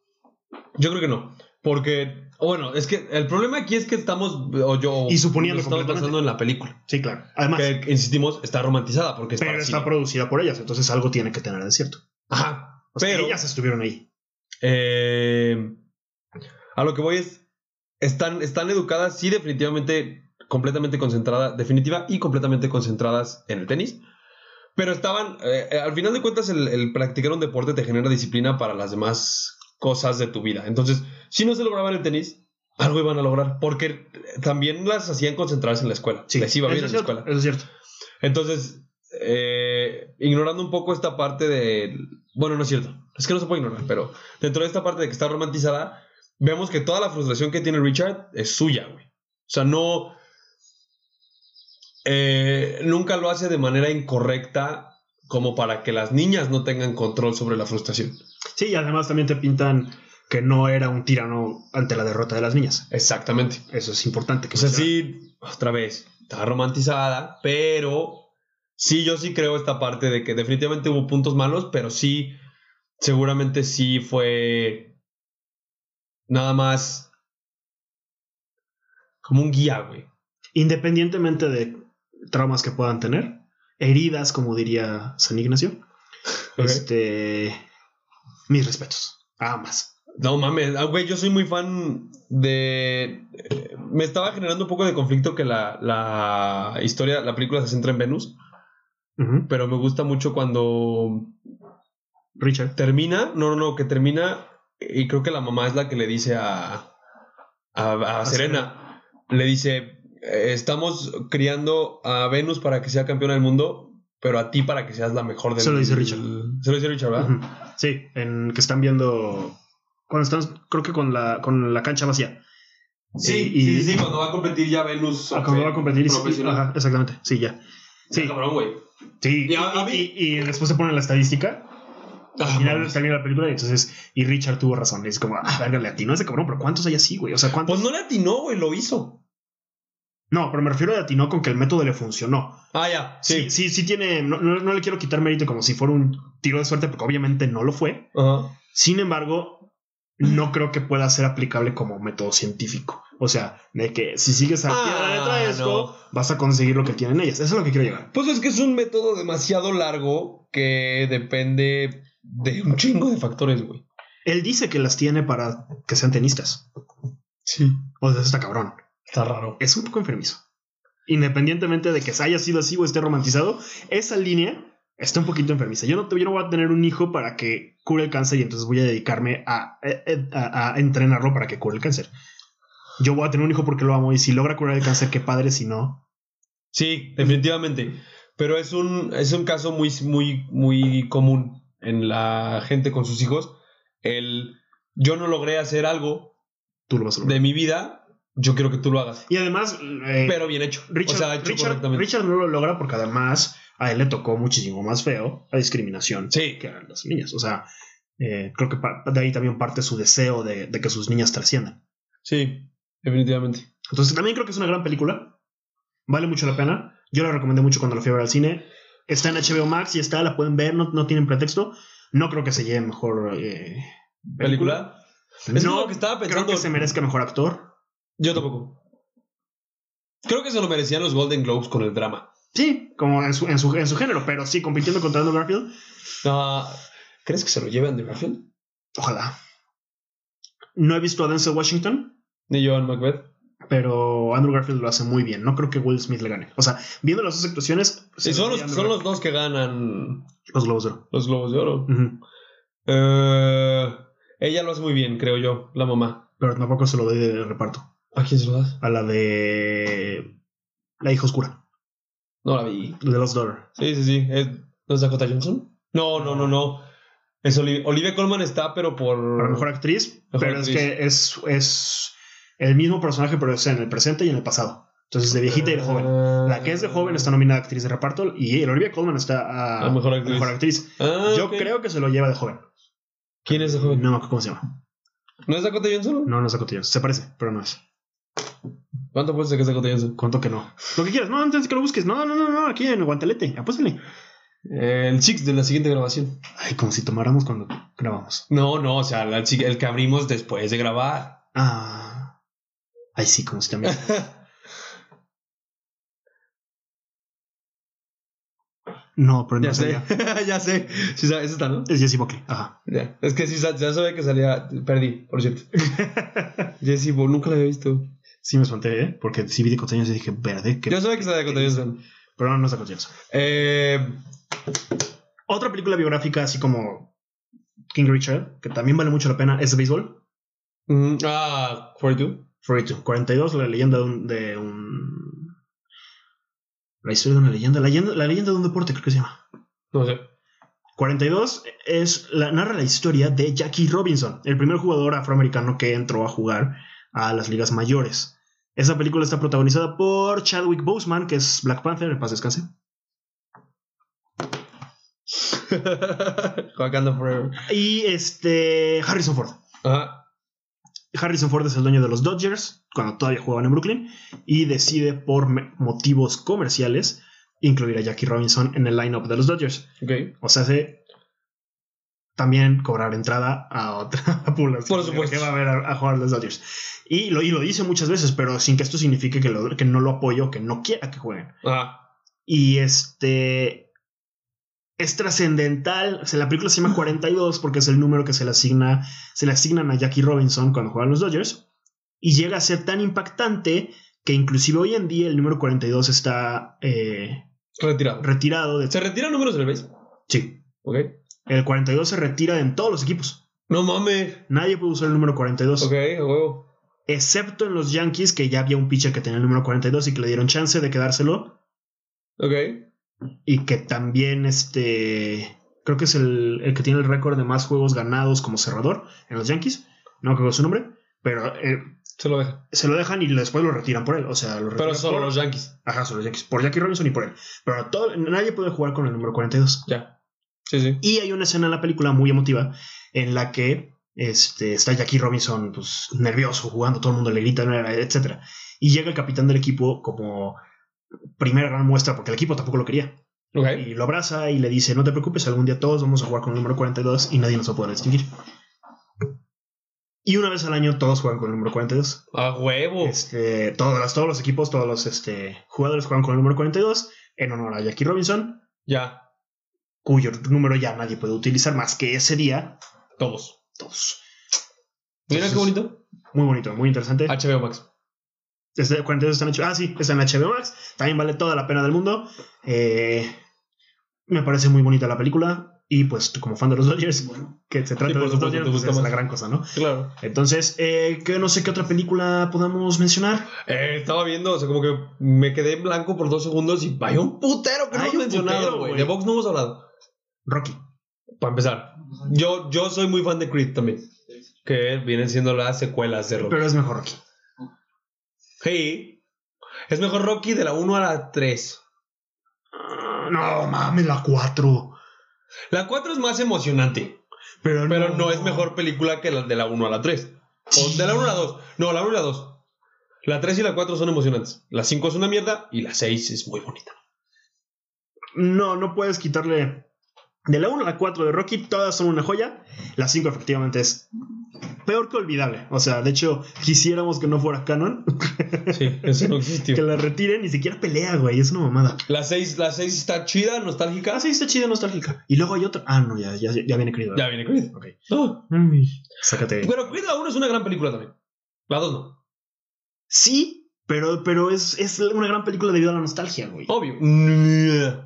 B: yo creo que no. Porque, bueno, es que el problema aquí es que estamos, o yo,
A: Y suponiendo
B: nos estamos
A: completamente.
B: basando en la película.
A: Sí, claro. Además,
B: Que, insistimos, está romantizada porque está...
A: Pero está producida por ellas, entonces algo tiene que tener de cierto.
B: Ajá,
A: O sea,
B: pero...
A: ellas estuvieron ahí.
B: eh, a lo que voy es, están, están educadas, sí, definitivamente, completamente concentradas, definitiva y completamente concentradas en el tenis. Pero estaban, eh, eh, al final de cuentas, el, el practicar un deporte te genera disciplina para las demás cosas de tu vida. Entonces, si no se lograban el tenis, algo iban a lograr, porque también las hacían concentrarse en la escuela.
A: Sí,
B: les iba bien
A: eso
B: en
A: es
B: la
A: cierto,
B: escuela.
A: Eso es cierto.
B: Entonces, eh, ignorando un poco esta parte de... Bueno, no es cierto. Es que no se puede ignorar, pero dentro de esta parte de que está romantizada, vemos que toda la frustración que tiene Richard es suya, güey. O sea, no... eh, nunca lo hace de manera incorrecta como para que las niñas no tengan control sobre la frustración.
A: Sí, y además también te pintan que no era un tirano ante la derrota de las niñas.
B: Exactamente.
A: Eso es importante. Que
B: O sea,
A: mencionar.
B: sí, otra vez, está romantizada, pero sí, yo sí creo esta parte de que definitivamente hubo puntos malos, pero sí, seguramente sí fue nada más Como un guía, güey.
A: Independientemente de traumas que puedan tener, heridas, como diría San Ignacio.
B: Ok.
A: Este. Mis respetos. A ambas.
B: No mames, ah, güey, yo soy muy fan de... eh, Me estaba generando un poco de conflicto que la, la historia, la película se centra en Venus,
A: Ujú.
B: pero me gusta mucho cuando
A: Richard.
B: termina, no, no, no, que termina y creo que la mamá es la que le dice a, a, a
A: A
B: Serena, le dice, eh, estamos criando a Venus para que sea campeona del mundo, pero a ti para que seas la mejor del
A: Se lo dice Richard.
B: Se lo dice Richard, ¿verdad?
A: Ujú. Sí, en que están viendo. Cuando están, creo que con la, con la cancha vacía.
B: Sí,
A: Y-
B: sí,
A: y-
B: sí, cuando va a competir ya Venus.
A: Ah, cuando va a competir y
B: profesional.
A: ajá, exactamente. Sí, ya.
B: Sí, Ah,
A: Sí,
B: cabrón, güey.
A: sí.
B: Y a- a mí-
A: Y, y después se pone la estadística.
B: Ah,
A: Al final
B: mames.
A: termina la película y entonces. Y Richard tuvo razón. Es como, ah, verga, le atinó a ese cabrón, pero ¿cuántos hay así, güey? O sea, ¿cuántos?
B: Pues no le atinó, güey, lo hizo.
A: No, pero me refiero a atinó con que el método le funcionó.
B: Ah, ya,
A: Sí, sí,
B: sí.
A: sí tiene. No, no- no le quiero quitar mérito como si fuera un tiro de suerte, porque obviamente no lo fue.
B: Ajá.
A: Sin embargo, no creo que pueda ser aplicable como método científico. O sea, de que si sigues a
B: Ah,
A: piedra letra de esto, vas a conseguir lo que tienen ellas. Eso es lo que quiero llegar.
B: Pues es que es un método demasiado largo que depende de un chingo de factores, güey.
A: Él dice que las tiene para que sean tenistas.
B: Sí.
A: O sea, eso está cabrón.
B: Está raro.
A: Es un poco enfermizo. Independientemente de que se haya sido así o esté romantizado, esa línea está un poquito enfermiza. Yo no, te- yo no voy a tener un hijo para que cure el cáncer y entonces voy a dedicarme a, eh, eh, a- a entrenarlo para que cure el cáncer. Yo voy a tener un hijo porque lo amo y si logra curar el cáncer, qué padre, si no.
B: Sí, definitivamente. Pero es un, es un caso muy, muy, muy común en la gente con sus hijos. El yo no logré hacer algo
A: Tú lo vas a lograr.
B: de mi vida, yo quiero que tú lo hagas.
A: Y además, eh,
B: Pero bien hecho.
A: Richard,
B: o sea, hecho
A: Richard-
B: correctamente.
A: Richard no lo logra porque además a él le tocó muchísimo más feo la discriminación
B: Sí.
A: que a las niñas. O sea, eh, creo que pa- de ahí también parte su deseo de- de que sus niñas trasciendan.
B: Sí, definitivamente.
A: Entonces también creo que es una gran película. Vale mucho la pena. Yo la recomendé mucho cuando la fui a ver al cine. Está en HBO Max y está, la pueden ver, no, no tienen pretexto. No creo que se lleve mejor eh, película.
B: ¿Película? Es que
A: no
B: lo que estaba
A: creo
B: pensando.
A: que se merezca mejor actor.
B: Yo tampoco. Creo que se lo merecían los Golden Globes con el drama.
A: Sí, como en su, en su, en su género, pero sí, compitiendo contra Andrew Garfield.
B: Ah, ¿Crees que se lo lleven de Garfield?
A: Ojalá. No he visto a Denzel Washington,
B: Ni Joan Macbeth.
A: pero Andrew Garfield lo hace muy bien. No creo que Will Smith le gane. O sea, viendo las dos actuaciones, se
B: Sí,
A: lo
B: son los,
A: daría a
B: son
A: Andrew
B: los dos que ganan
A: Garfield. los Globos de Oro.
B: los Globos de Oro.
A: Ujú.
B: Eh, ella lo hace muy bien, creo yo, la mamá.
A: Pero tampoco se lo doy de reparto.
B: ¿A quién se lo das?
A: a la de La hija oscura,
B: No la vi.
A: de Lost Daughter.
B: Sí, sí, sí. ¿Es, ¿No es Dakota Johnson? No, no, no, no. Es Oli- Olivia Colman está, pero por...
A: Para mejor actriz,
B: Mejor
A: pero
B: actriz.
A: es que es, es el mismo personaje, pero es en el presente y en el pasado. Entonces, de viejita y de joven.
B: Ah.
A: La que es de joven está nominada a actriz de reparto y el Olivia Colman está a,
B: A mejor
A: a
B: actriz.
A: mejor actriz.
B: Ah,
A: Yo
B: ok.
A: creo que se lo lleva de joven.
B: ¿Quién es de
A: No
B: joven?
A: me acuerdo cómo se llama.
B: ¿No es Dakota Johnson?
A: No, no es Dakota Johnson. Se parece, pero no es.
B: ¿Cuánto apuestas que es Dakota Johnson?
A: Cuento que no. Lo que quieras, no, antes de que lo busques. No, no, no, no, aquí en Guantelete. Apóstale.
B: El Chicks de la siguiente grabación.
A: Ay, como si tomáramos cuando grabamos.
B: No, no, o sea, la chi- el que abrimos después de grabar.
A: Ah. Ay, sí, como si también. No, pero no
B: ya sé,
A: sabía.
B: ya sé. Sí, sa- es esta, ¿no?
A: Es Jesse Buckley. Ajá.
B: Ya. Es que sí, sa- ya sabía que salía. Perdí, por cierto. Jesse, Bo- nunca la había visto.
A: Sí me espanté, ¿eh? Porque sí vi de contenidos y dije, verde. ¿qué?
B: Yo sabía que salía de Dakota Johnson.
A: Pero no, no está contenidos.
B: Eh,
A: Otra película biográfica, así como King Richard, que también vale mucho la pena, es de béisbol.
B: mm, ah, 42.
A: 42, 42, la leyenda de un, de un- La historia de una leyenda. La, leyenda. la leyenda de un deporte, creo que se llama.
B: No sé.
A: 42 es la, narra la historia de Jackie Robinson, el primer jugador afroamericano que entró a jugar a las ligas mayores. Esa película está protagonizada por Chadwick Boseman, que es Black Panther, en paz descanse.
B: Wakanda Forever.
A: Y este Harrison Ford.
B: Ajá.
A: Harrison Ford es el dueño de los Dodgers cuando todavía jugaban en Brooklyn y decide por me- motivos comerciales incluir a Jackie Robinson en el lineup de los Dodgers.
B: Ok.
A: O sea, se también cobrar entrada a otra población
B: Por supuesto.
A: que va a ver a, a jugar a los Dodgers. Y lo, y lo dice muchas veces, pero sin que esto signifique que, lo- que no lo apoyo, que no quiera que jueguen.
B: Ah,
A: Y este. Es trascendental. O sea, la película se llama 42 porque es el número que se le asigna. Se le asignan a Jackie Robinson cuando juegan los Dodgers. Y llega a ser tan impactante que inclusive hoy en día el número 42 está eh,
B: retirado.
A: retirado de.
B: ¿Se retiran números del base?
A: Sí.
B: Ok.
A: El 42 se retira en todos los equipos.
B: No mames.
A: Nadie puede usar el número 42.
B: Ok, a huevo.
A: Excepto en los Yankees, que ya había un pitcher que tenía el número 42 y que le dieron chance de quedárselo.
B: Ok.
A: y que también este creo que es el, el que tiene el récord de más juegos ganados como cerrador en los Yankees no creo su nombre pero eh,
B: Se lo deja.
A: se lo dejan y después lo retiran por él o sea lo
B: Pero
A: retiran
B: solo
A: por,
B: los Yankees.
A: ajá solo los Yankees por Jackie Robinson y por él pero todo, nadie puede jugar con el número 42
B: Ya. Sí, sí.
A: y hay una escena en la película muy emotiva en la que este, está Jackie Robinson pues, nervioso jugando, todo el mundo le grita, etc. Y llega el capitán del equipo como primera gran muestra, porque el equipo tampoco lo quería.
B: Ok.
A: Y lo abraza y le dice, no te preocupes, algún día todos vamos a jugar con el número 42 y nadie nos va a poder distinguir. Y una vez al año todos juegan con el número 42.
B: A huevo.
A: Este, todas las- todos los equipos, todos los este, jugadores juegan con el número 42 en honor a Jackie Robinson,
B: Ya.
A: cuyo número ya nadie puede utilizar más que ese día.
B: Todos.
A: Todos.
B: Mira qué
A: Entonces-
B: bonito.
A: Muy bonito, muy interesante.
B: HBO Max.
A: Este 42 está en HBO. Ah, sí, está en HBO Max. También vale toda la pena del mundo. Eh, me parece muy bonita la película. Y pues tú como fan de los Dodgers, que se trata de
B: por
A: los
B: supuesto,
A: Dodgers,
B: te
A: pues,
B: gusta
A: es la
B: más.
A: gran cosa, ¿no?
B: Claro.
A: Entonces, eh, que no sé qué otra película podamos mencionar.
B: Eh, estaba viendo, o sea, como que me quedé en blanco por dos segundos y hay un putero que no
A: Hay
B: hemos
A: un
B: mencionado,
A: putero,
B: güey.
A: güey.
B: De Vox no hemos hablado.
A: Rocky.
B: Para empezar, yo, yo soy muy fan de Creed también, que vienen siendo las secuelas de Rocky.
A: Pero es mejor Rocky.
B: Sí, es mejor Rocky de la 1 a la 3.
A: Ah, No mames, la 4.
B: La 4 es más emocionante,
A: Pero,
B: pero no es mejor película que la de la 1 a la 3. O de la 1 a la 2. No, la 1 y la 2. La 3 y la 4 son emocionantes. La 5 es una mierda y la 6 es muy bonita.
A: No, no puedes quitarle. De la 1 a la 4 de Rocky, todas son una joya. La 5 efectivamente es peor que olvidable. O sea, de hecho, quisiéramos que no fuera canon.
B: Sí, eso no existió.
A: Que la retiren, ni siquiera pelea, güey. Es una mamada.
B: La 6 la seis está chida, nostálgica.
A: Ah, sí, está chida, nostálgica. Y luego hay otra. Ah, no, ya, ya, ya viene querido.
B: Ya viene Creed.
A: Ok.
B: Ah,
A: Ay, Sácate.
B: pero Creed la 1 es una gran película también. La 2 no.
A: Sí, pero, pero es, es una gran película debido a la nostalgia, güey.
B: Obvio. Mm,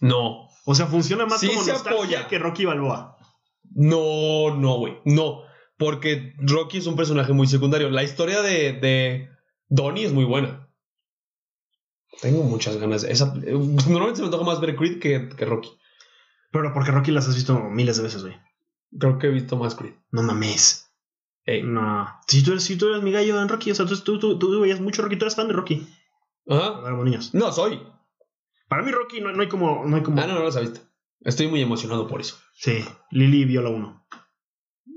B: No.
A: O sea, funciona más
B: Sí
A: como
B: se
A: nostalgia
B: apoya.
A: que Rocky Balboa.
B: No, no, güey. No. Porque Rocky es un personaje muy secundario. La historia de, de Donnie es muy buena. Tengo muchas ganas. de Esa, eh, normalmente se me antoja más ver Creed que, que Rocky.
A: Pero porque Rocky las has visto miles de veces, güey.
B: Creo que he visto más Creed.
A: No mames.
B: Ey.
A: No. Si tú, eres, si tú eres mi gallo en Rocky, o sea, tú, tú, tú, tú veías mucho Rocky, tú eres fan de Rocky.
B: Ajá.
A: Cuando éramos niños.
B: No, soy.
A: Para mí, Rocky no, no hay como. No hay como...
B: Ah, no, no las he visto. Estoy muy emocionado por eso.
A: Sí, Lily vio la 1.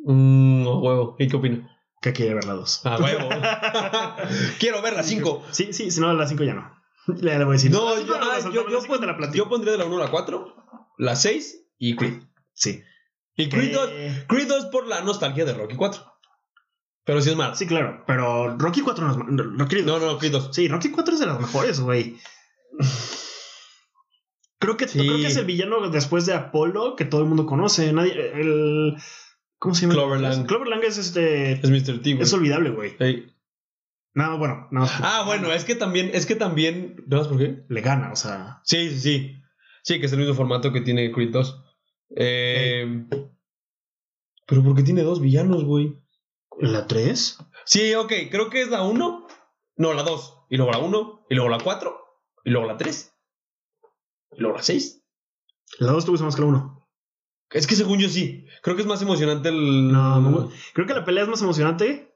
B: Mm, no, huevo. ¿Y qué opina?
A: Que quiere ver la 2.
B: Ah, huevo. Quiero ver la 5.
A: Sí, sí, si no, la 5 ya no. Le, le voy a decir.
B: No,
A: la
B: yo,
A: cinco la
B: ah,
A: saltamos,
B: yo,
A: la
B: yo
A: cinco te la
B: pon-
A: platico.
B: yo pondría de la 1 a la 4, la 6 y Creed.
A: Sí.
B: Y Creed,
A: Eh,
B: 2, Creed 2 por la nostalgia de Rocky 4. Pero sí es mala.
A: Sí, claro. Pero Rocky 4 no es. ma- no, Rocky
B: No, no, Creed 2.
A: Sí, Rocky 4 es de las mejores, güey. Creo que,
B: Sí.
A: creo que es el villano después de Apolo que todo el mundo conoce. Nadie, el, ¿Cómo se llama?
B: Clover Lang.
A: Clover Lang es este.
B: Es Mr. T, güey.
A: Es olvidable, güey.
B: Ey.
A: No, bueno, no.
B: Ah, bueno, es que también, es que también, ¿no sabes por qué?
A: Le gana, o sea.
B: Sí, sí, sí. Sí, que es el mismo formato que tiene Creed 2. Eh, pero ¿por qué tiene dos villanos, güey?
A: ¿La 3?
B: Sí, ok, creo que es la 1. No, la 2. Y luego la 1. Y luego la 4. Y luego la 3. Y luego la 6.
A: La 2 te gusta más que la 1.
B: Es que según yo sí. Creo que es más emocionante el.
A: No, no, Creo que la pelea es más emocionante,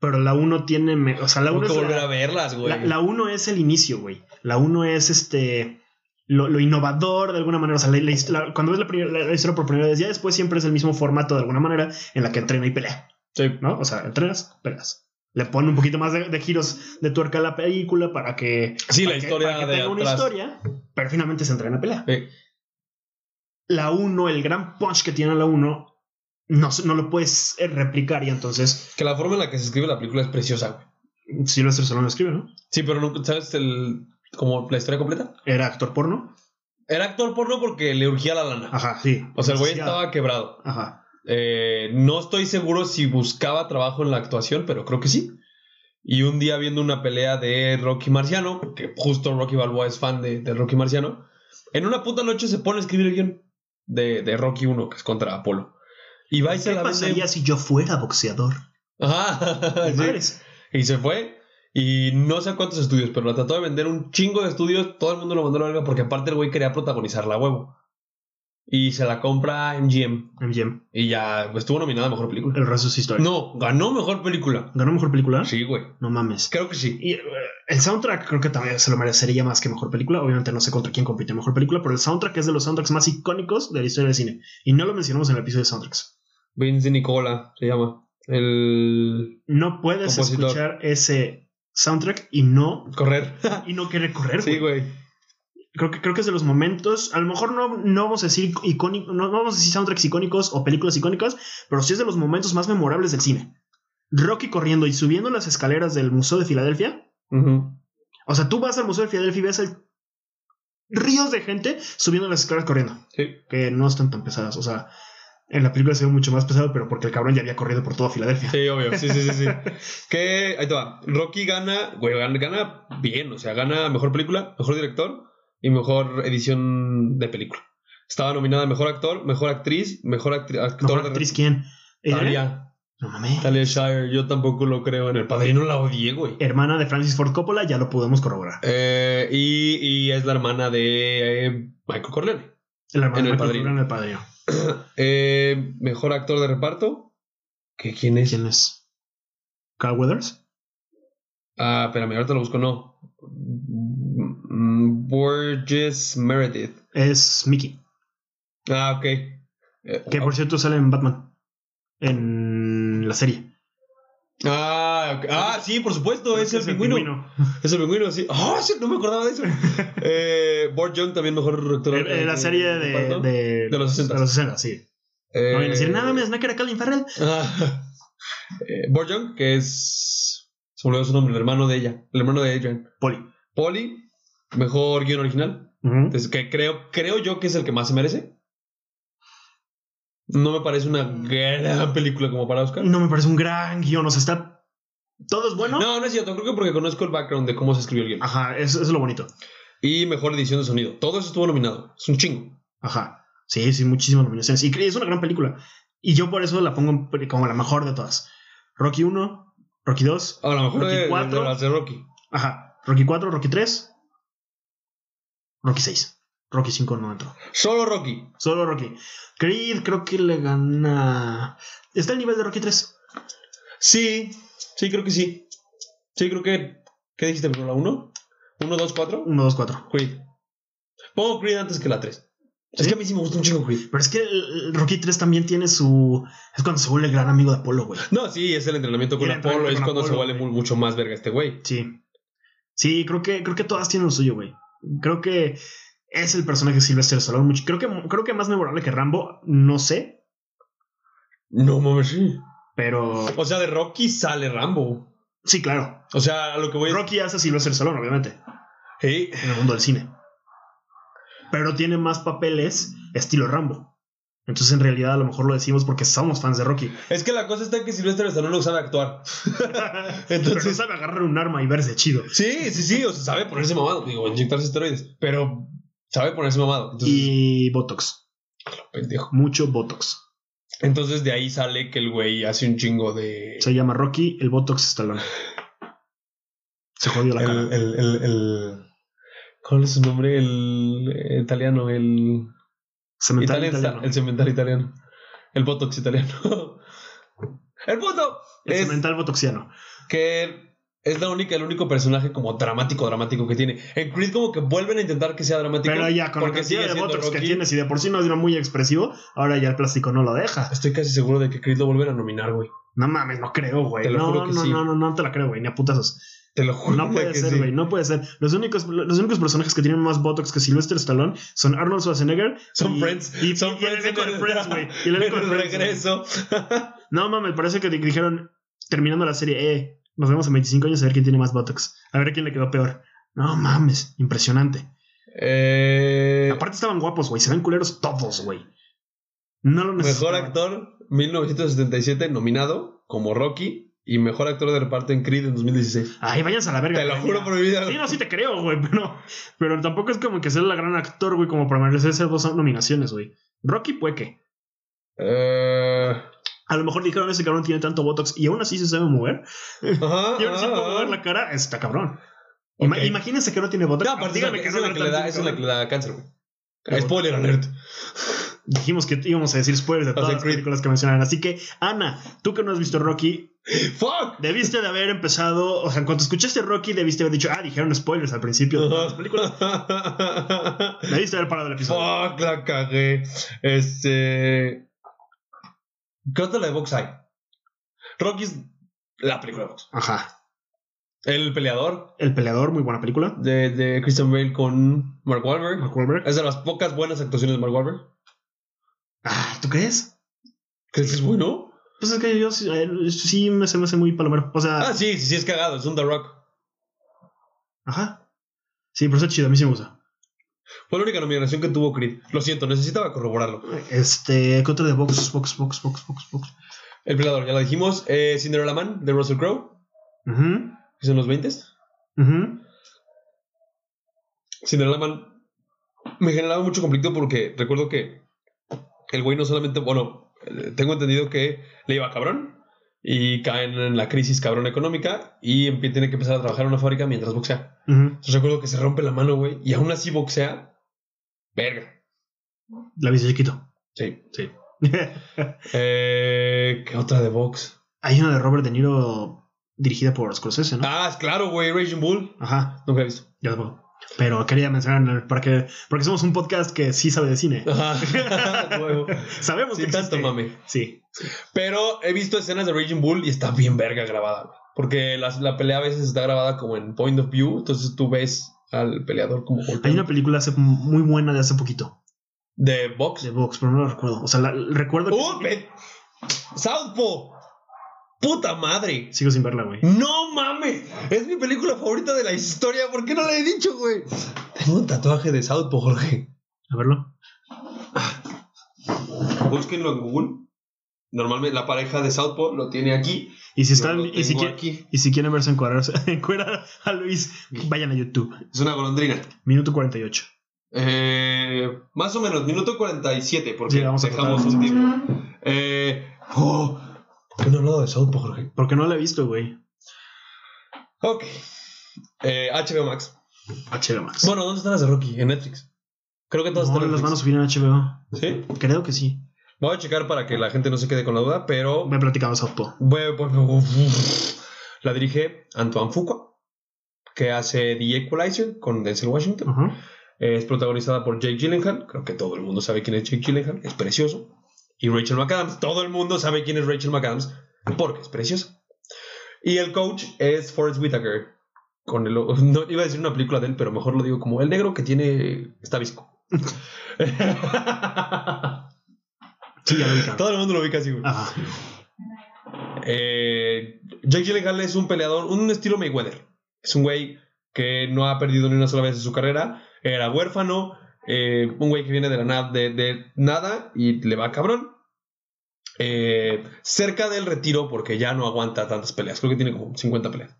A: pero la 1 tiene. me- O sea, la
B: Tengo
A: 1
B: que
A: es.
B: volver
A: la-
B: a verlas, güey.
A: La, la uno es el inicio, güey. La uno es este. Lo, lo innovador de alguna manera. O sea, la- la his- la- cuando ves la, primera- la- la historia por primera vez, ya después siempre es el mismo formato de alguna manera en la que entrena y pelea,
B: Sí.
A: ¿no? O sea, entrenas, peleas. Le pone un poquito más de, de giros de tuerca a la película para que.
B: Sí, la
A: para que-
B: historia
A: para que
B: de
A: tenga una
B: atrás.
A: historia, pero finalmente se entrena y pelea.
B: Sí.
A: la 1, el gran punch que tiene la 1, no, se- no lo puedes eh, replicar y entonces
B: Que la forma en la que se escribe la película es preciosa, güey.
A: Sylvester Stallone lo escribe, ¿no?
B: Sí, pero nunca, ¿sabes el, como la historia completa?
A: Era actor porno.
B: Era actor porno porque le urgía la lana.
A: Ajá, sí.
B: O sea, el güey
A: Demasiado.
B: estaba quebrado.
A: Ajá.
B: Eh, no estoy seguro si buscaba trabajo en la actuación, pero creo que sí. Y un día viendo una pelea de Rocky Marciano, que justo Rocky Balboa es fan de, de Rocky Marciano, en una puta noche se pone a escribir el guión de, de Rocky 1, que es contra Apolo. Y va y se
A: ¿Qué
B: la
A: pasaría
B: vende.
A: si yo fuera boxeador?
B: Ajá, sí.
A: Madres.
B: Y se fue. Y no sé a cuántos estudios, pero la trató de vender un chingo de estudios. Todo el mundo lo mandó a la verga porque aparte el güey quería protagonizar la huevo. Y se la compra MGM.
A: MGM.
B: Y ya estuvo nominada a Mejor Película.
A: El resto es historia.
B: No, ganó Mejor Película.
A: ¿Ganó mejor película?
B: Sí, güey.
A: No mames.
B: Creo que sí.
A: Y eh, el soundtrack creo que también se lo merecería más que mejor película. Obviamente no sé contra quién compite mejor película, pero el soundtrack es de los soundtracks más icónicos de la historia del cine. Y no lo mencionamos en el episodio de soundtracks.
B: Vince Nicola se llama. El
A: No puedes
B: Compositor.
A: escuchar ese soundtrack y no
B: correr.
A: y no querer correr.
B: Ah. Sí,
A: güey.
B: güey.
A: creo que creo que es de los momentos. A lo mejor no, no vamos a decir icónico, no, no vamos a decir soundtracks icónicos o películas icónicas, pero sí es de los momentos más memorables del cine. Rocky corriendo y subiendo las escaleras del Museo de Filadelfia.
B: Ujú.
A: O sea, tú vas al Museo de Filadelfia y ves el ríos de gente subiendo las escaleras corriendo,
B: Sí.
A: que no están tan pesadas. O sea, en la película se ve mucho más pesado, pero porque el cabrón ya había corrido por toda Filadelfia.
B: Sí, obvio. Sí, sí, sí, sí. que ahí te va. Rocky gana, güey, gana, gana bien, o sea, gana mejor película, mejor director y mejor edición de película. Estaba nominada a mejor actor, mejor actriz, mejor ¿Eh? actri- actor
A: Mejor
B: de
A: actriz, ¿quién? ¿Ella?
B: Talia,
A: No mames.
B: Talia Shire, yo tampoco lo creo en el padrino, la odié, güey.
A: Hermana de Francis Ford Coppola, ya lo podemos corroborar.
B: Eh, y, y es la hermana de eh, Michael Corleone.
A: El hermano
B: en
A: de
B: El
A: Michael
B: Padrino.
A: Corleone en el padrino.
B: Eh, mejor actor de reparto. ¿Que ¿Quién es?
A: ¿Quién es? Carl Weathers.
B: Ah, espérame, ahorita lo busco, no. Mm, Borges Meredith.
A: Es Mickey.
B: Ah, ok. Eh,
A: Que por cierto sale en Batman. En la serie.
B: Ah, ok. ah, sí, por supuesto, es, el, pingüino. Es el pingüino, sí. Ah, sí, no me acordaba de eso. eh, Bored Young también mejor actor.
A: En, en Eh, la serie de,
B: reparto.
A: de,
B: De los 60s.
A: De los 60, sí.
B: Eh,
A: No voy a decir nada más, no que era Colin Farrell.
B: Ah, eh, Bored Young, que es. Se me olvidó su nombre, el hermano de ella. El hermano de Adrian.
A: Poli.
B: Polly, mejor guión original.
A: Ujú.
B: Entonces, que creo, creo yo que es el que más se merece. No me parece una gran película como para Oscar.
A: Mm. No me parece un gran guión, o sea, está. Todo es bueno.
B: No, no es cierto. Creo que porque conozco el background de cómo se escribió el guión.
A: Ajá, eso, eso es lo bonito.
B: Y mejor edición de sonido. Todo eso estuvo nominado. Es un chingo.
A: Ajá. Sí, sí, muchísimas nominaciones. Y cre- es una gran película. Y yo por eso la pongo pre- como la mejor de todas. Rocky 1, Rocky 2,
B: A lo mejor
A: Rocky
B: de, de-
A: cuatro.
B: de las de Rocky.
A: ajá. Rocky 4, Rocky 3, Rocky 6. Rocky 5 no entró.
B: Solo Rocky.
A: Solo Rocky. Creed creo que le gana. Está al nivel de Rocky 3.
B: Sí, sí, creo que sí. Sí, creo que. ¿Qué dijiste, primero? ¿La 1? ¿1, 2, 4?
A: 1, 2, 4.
B: Creed. Pongo Creed antes que la 3. Es
A: ¿Sí?
B: que a mí sí me gusta un chingo Creed.
A: Pero es que el- el Rocky 3 también tiene su. Es cuando se vuelve el gran amigo de Apolo, güey.
B: No, sí, es el entrenamiento con
A: Y el
B: Apolo.
A: entrenamiento con
B: Es cuando se
A: Apolo,
B: vale
A: güey.
B: mu- mucho más verga este güey.
A: Sí. Sí, creo que, creo que todas tienen lo suyo, güey. Creo que es el personaje de Sylvester Stallone. mucho- Creo que, creo que más memorable que Rambo, no sé,
B: No mames, sí.
A: pero
B: O sea, de Rocky sale Rambo.
A: sí, claro.
B: O sea, a lo que voy.
A: Rocky hace a Sylvester Stallone, obviamente,
B: Sí.
A: en el mundo del cine. Pero tiene más papeles estilo Rambo. Entonces, en realidad, a lo mejor lo decimos porque somos fans de Rocky.
B: Es que la cosa está en que Sylvester Stallone no sabe actuar.
A: Entonces,
B: Entonces-
A: sabe agarrar un arma y verse chido.
B: Sí, sí, sí. O sea, sabe ponerse mamado. Digo, inyectarse esteroides. Pero sabe ponerse mamado. Entonces,
A: Y Botox.
B: pendejo.
A: Mucho Botox.
B: Entonces de ahí sale que el güey hace un chingo de.
A: Se llama Rocky, el Botox Stallone. Se jodió la
B: el,
A: cara.
B: el, el, el- ¿Cuál es su nombre? El, eh, italiano, el.
A: Cemental
B: Italian-
A: italiano.
B: El cemental italiano. El botox italiano. el botox.
A: El
B: es
A: cemental botoxiano.
B: que es la única, el único personaje como dramático, dramático que tiene. En Creed como que vuelven a intentar que sea dramático.
A: Pero ya con la
B: porque sigue
A: cantidad de
B: siendo
A: botox que
B: Rocky.
A: tienes y de por sí no es muy expresivo, ahora ya el plástico no lo deja.
B: Estoy casi seguro de que Creed lo vuelven a nominar, güey.
A: No mames, no creo, güey.
B: Te lo
A: no,
B: juro que
A: no,
B: sí.
A: no, no, no te la creo, güey, ni a putazos.
B: Te lo juro.
A: No puede
B: que
A: ser,
B: sí.
A: güey, no puede ser. Los únicos, los únicos personajes que tienen más botox que Sylvester Stallone son Arnold Schwarzenegger.
B: Son
A: y-
B: Friends.
A: Y,
B: son
A: y el
B: Friends.
A: elenco de
B: con-
A: Friends, güey. Y el elenco de
B: con
A: Friends, güey.
B: regreso.
A: No mames, parece que di- dijeron, terminando la serie, eh, nos vemos en 25 años a ver quién tiene más botox. A ver quién le quedó peor. No mames, impresionante.
B: Eh,
A: Aparte estaban guapos, güey. Se ven culeros todos, güey. No lo
B: mejor
A: necesitaban.
B: actor, 1977, nominado como Rocky. Y mejor actor de reparto en Creed en 2016.
A: Ay, váyanse a la verga.
B: Te lo
A: güey,
B: juro
A: ya.
B: por mi vida.
A: Sí, no, sí te creo, güey, pero, pero tampoco es como que sea la gran actor, güey, como para merecerse dos nominaciones, güey. Rocky Pueque.
B: Eh,
A: A lo mejor dijeron, ese cabrón tiene tanto botox y aún así se sabe mover.
B: ajá,
A: Y aún así
B: ajá,
A: puede mover
B: ajá.
A: la cara, está cabrón.
B: Ok.
A: Ima- Imagínense que no tiene botox.
B: No, aparte es
A: Díganme
B: la-
A: que
B: es
A: no
B: la
A: le
B: que le da-
A: alcanza,
B: es la que
A: cabrón.
B: le da cáncer, güey.
A: Pero-
B: Spoiler alert.
A: Dijimos que íbamos a decir spoilers de
B: sea,
A: todas las
B: Creed.
A: películas que mencionaron. Así que, Ana, tú que no has visto Rocky,
B: ¡Fuck!
A: Debiste de haber empezado, o sea, en cuanto escuchaste Rocky, debiste haber dicho, ah, dijeron spoilers al principio de todas las películas. Debiste haber parado el episodio.
B: Fuck, la cagué. Este. ¿Qué otra la de Box hay? Rocky es la película de box.
A: Ajá.
B: El peleador
A: El peleador, muy buena película.
B: de, de Christian Bale con Mark Wahlberg.
A: Mark Wahlberg.
B: Es de las pocas buenas actuaciones de Mark Wahlberg.
A: Ah, ¿tú crees?
B: ¿Crees que es bueno?
A: Pues es que yo sí, eh, sí me, se me hace muy palomero. O sea,
B: Ah, sí, sí, sí, es cagado. Es un The Rock.
A: ajá. Sí, pero está chido, a mí sí me gusta.
B: Fue la única nominación que tuvo Creed. Lo siento, necesitaba corroborarlo.
A: Este, ¿qué otro de box, box, box, box, box, box?
B: El peleador, ya lo dijimos. Eh, Cinderella Man de Russell Crowe,
A: Ujú,
B: que son los 20s.
A: ujú.
B: Cinderella Man me generaba mucho conflicto porque recuerdo que el güey no solamente, bueno, eh, tengo entendido que le iba cabrón y caen en la crisis cabrón económica y empie- tiene que empezar a trabajar en una fábrica mientras boxea.
A: ujú.
B: Entonces recuerdo que se rompe la mano, güey, y aún así boxea. Verga.
A: La viste chiquito.
B: Sí.
A: Hay
B: Eh, ¿Qué otra de box?
A: una de Robert De Niro dirigida por Scorsese, ¿no?
B: Ah, claro, güey, Raging Bull.
A: Ajá.
B: Nunca he visto.
A: Yo tampoco. Pero quería mencionar, porque, porque somos un podcast que sí sabe de cine.
B: Ajá. Huevo.
A: Sabemos
B: Sin
A: que
B: tanto
A: existe.
B: mame.
A: Sí.
B: Pero he visto escenas de Raging Bull y está bien verga grabada, güey. Porque la, la pelea a veces está grabada como en point of view, entonces tú ves al peleador como
A: Hay
B: golpeando.
A: una película hace- muy buena de hace poquito,
B: De box.
A: de Vox, pero no la recuerdo. O sea, la- recuerdo que
B: ¡Uh! ve- ¡Southpaw! ¡Puta madre!
A: sigo sin verla, güey.
B: ¡No mames! Es mi película favorita de la historia. ¿Por qué no la he dicho, güey? Tengo un tatuaje de Southpaw, Jorge.
A: A verlo.
B: Búsquenlo en Google. Normalmente la pareja de Southpaw lo tiene aquí.
A: Y si están,
B: Yo lo
A: y si
B: tengo
A: quieren.
B: aquí.
A: Y si quieren verse encuadrarse, encuadrar a Luis, vayan a YouTube.
B: Es una golondrina.
A: Minuto 48.
B: Eh, más o menos, minuto 47, porque
A: Sí, vamos a
B: dejamos
A: cortar.
B: un tiempo. Eh, oh, ¿por qué no he hablado de South Park, Jorge?
A: Porque no la he visto, güey.
B: Ok. Eh, HBO Max.
A: HBO Max.
B: Bueno, ¿dónde están las de Rocky? En Netflix. Creo que todas
A: no,
B: están en
A: las van a
B: Netflix.
A: subir en HBO.
B: ¿Sí?
A: Creo que sí.
B: Voy a checar para que la gente no se quede con la duda, pero...
A: Me he platicado Southpaw.
B: Bueno, pues, uf. La dirige Antoine Fuqua, que hace The Equalizer con Denzel Washington.
A: Ajá.
B: Es protagonizada por Jake Gyllenhaal. Creo que todo el mundo sabe quién es Jake Gyllenhaal. Es precioso. Y Rachel McAdams. Todo el mundo sabe quién es Rachel McAdams porque es preciosa. Y el coach es Forrest Whitaker. Con el, no, iba a decir una película de él, pero mejor lo digo como el negro que tiene. Está visco.
A: Sí, ya lo he ubicado.
B: todo el mundo lo ubica así, güey.
A: Ajá.
B: Eh, Jake Gyllenhaal es un peleador, un estilo Mayweather. Es un güey que no ha perdido ni una sola vez en su carrera. Era huérfano. eh, un güey que viene de la nada, de, de nada y le va cabrón. Eh, cerca del retiro porque ya no aguanta tantas peleas. Creo que tiene como 50 peleas.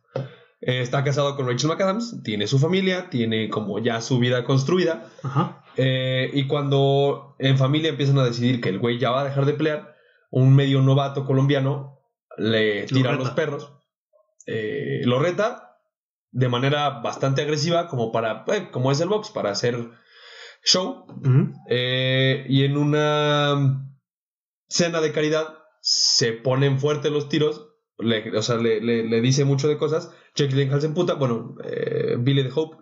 B: Eh, está casado con Rachel McAdams. Tiene su familia. Tiene como ya su vida construida.
A: Ajá.
B: Eh, y cuando en familia empiezan a decidir que el güey ya va a dejar de pelear, un medio novato colombiano le tira a
A: reta.
B: los perros, eh, lo reta de manera bastante agresiva, como para, eh, como es el box, para hacer show.
A: Ujú.
B: Eh, y en una cena de caridad se ponen fuertes los tiros. Le, o sea, le, le- le dice mucho de cosas. Jake Gyllenhaal se emputa. Bueno, eh, Billy de Hope.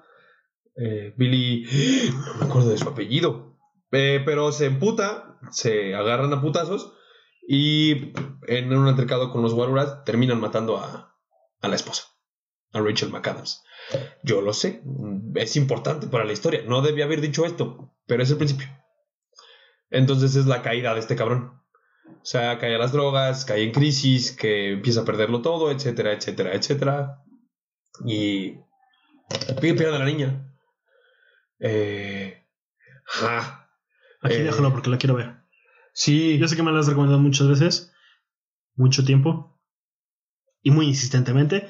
B: eh, Billy. No me acuerdo de su apellido. Eh, pero se emputa. Se agarran a putazos. Y en un altercado con los Waruras terminan matando a, a la esposa, a Rachel McAdams. Yo lo sé, es importante para la historia. No debía haber dicho esto, pero es el principio. Entonces es la caída de este cabrón. O sea, cae a las drogas, cae en crisis, que empieza a perderlo todo, etcétera, etcétera, etcétera. Y pide pierde a la niña. Eh, ja,
A: Aquí
B: eh,
A: déjalo porque la quiero ver.
B: Sí,
A: Yo sé que me la has recomendado muchas veces, mucho tiempo y muy insistentemente.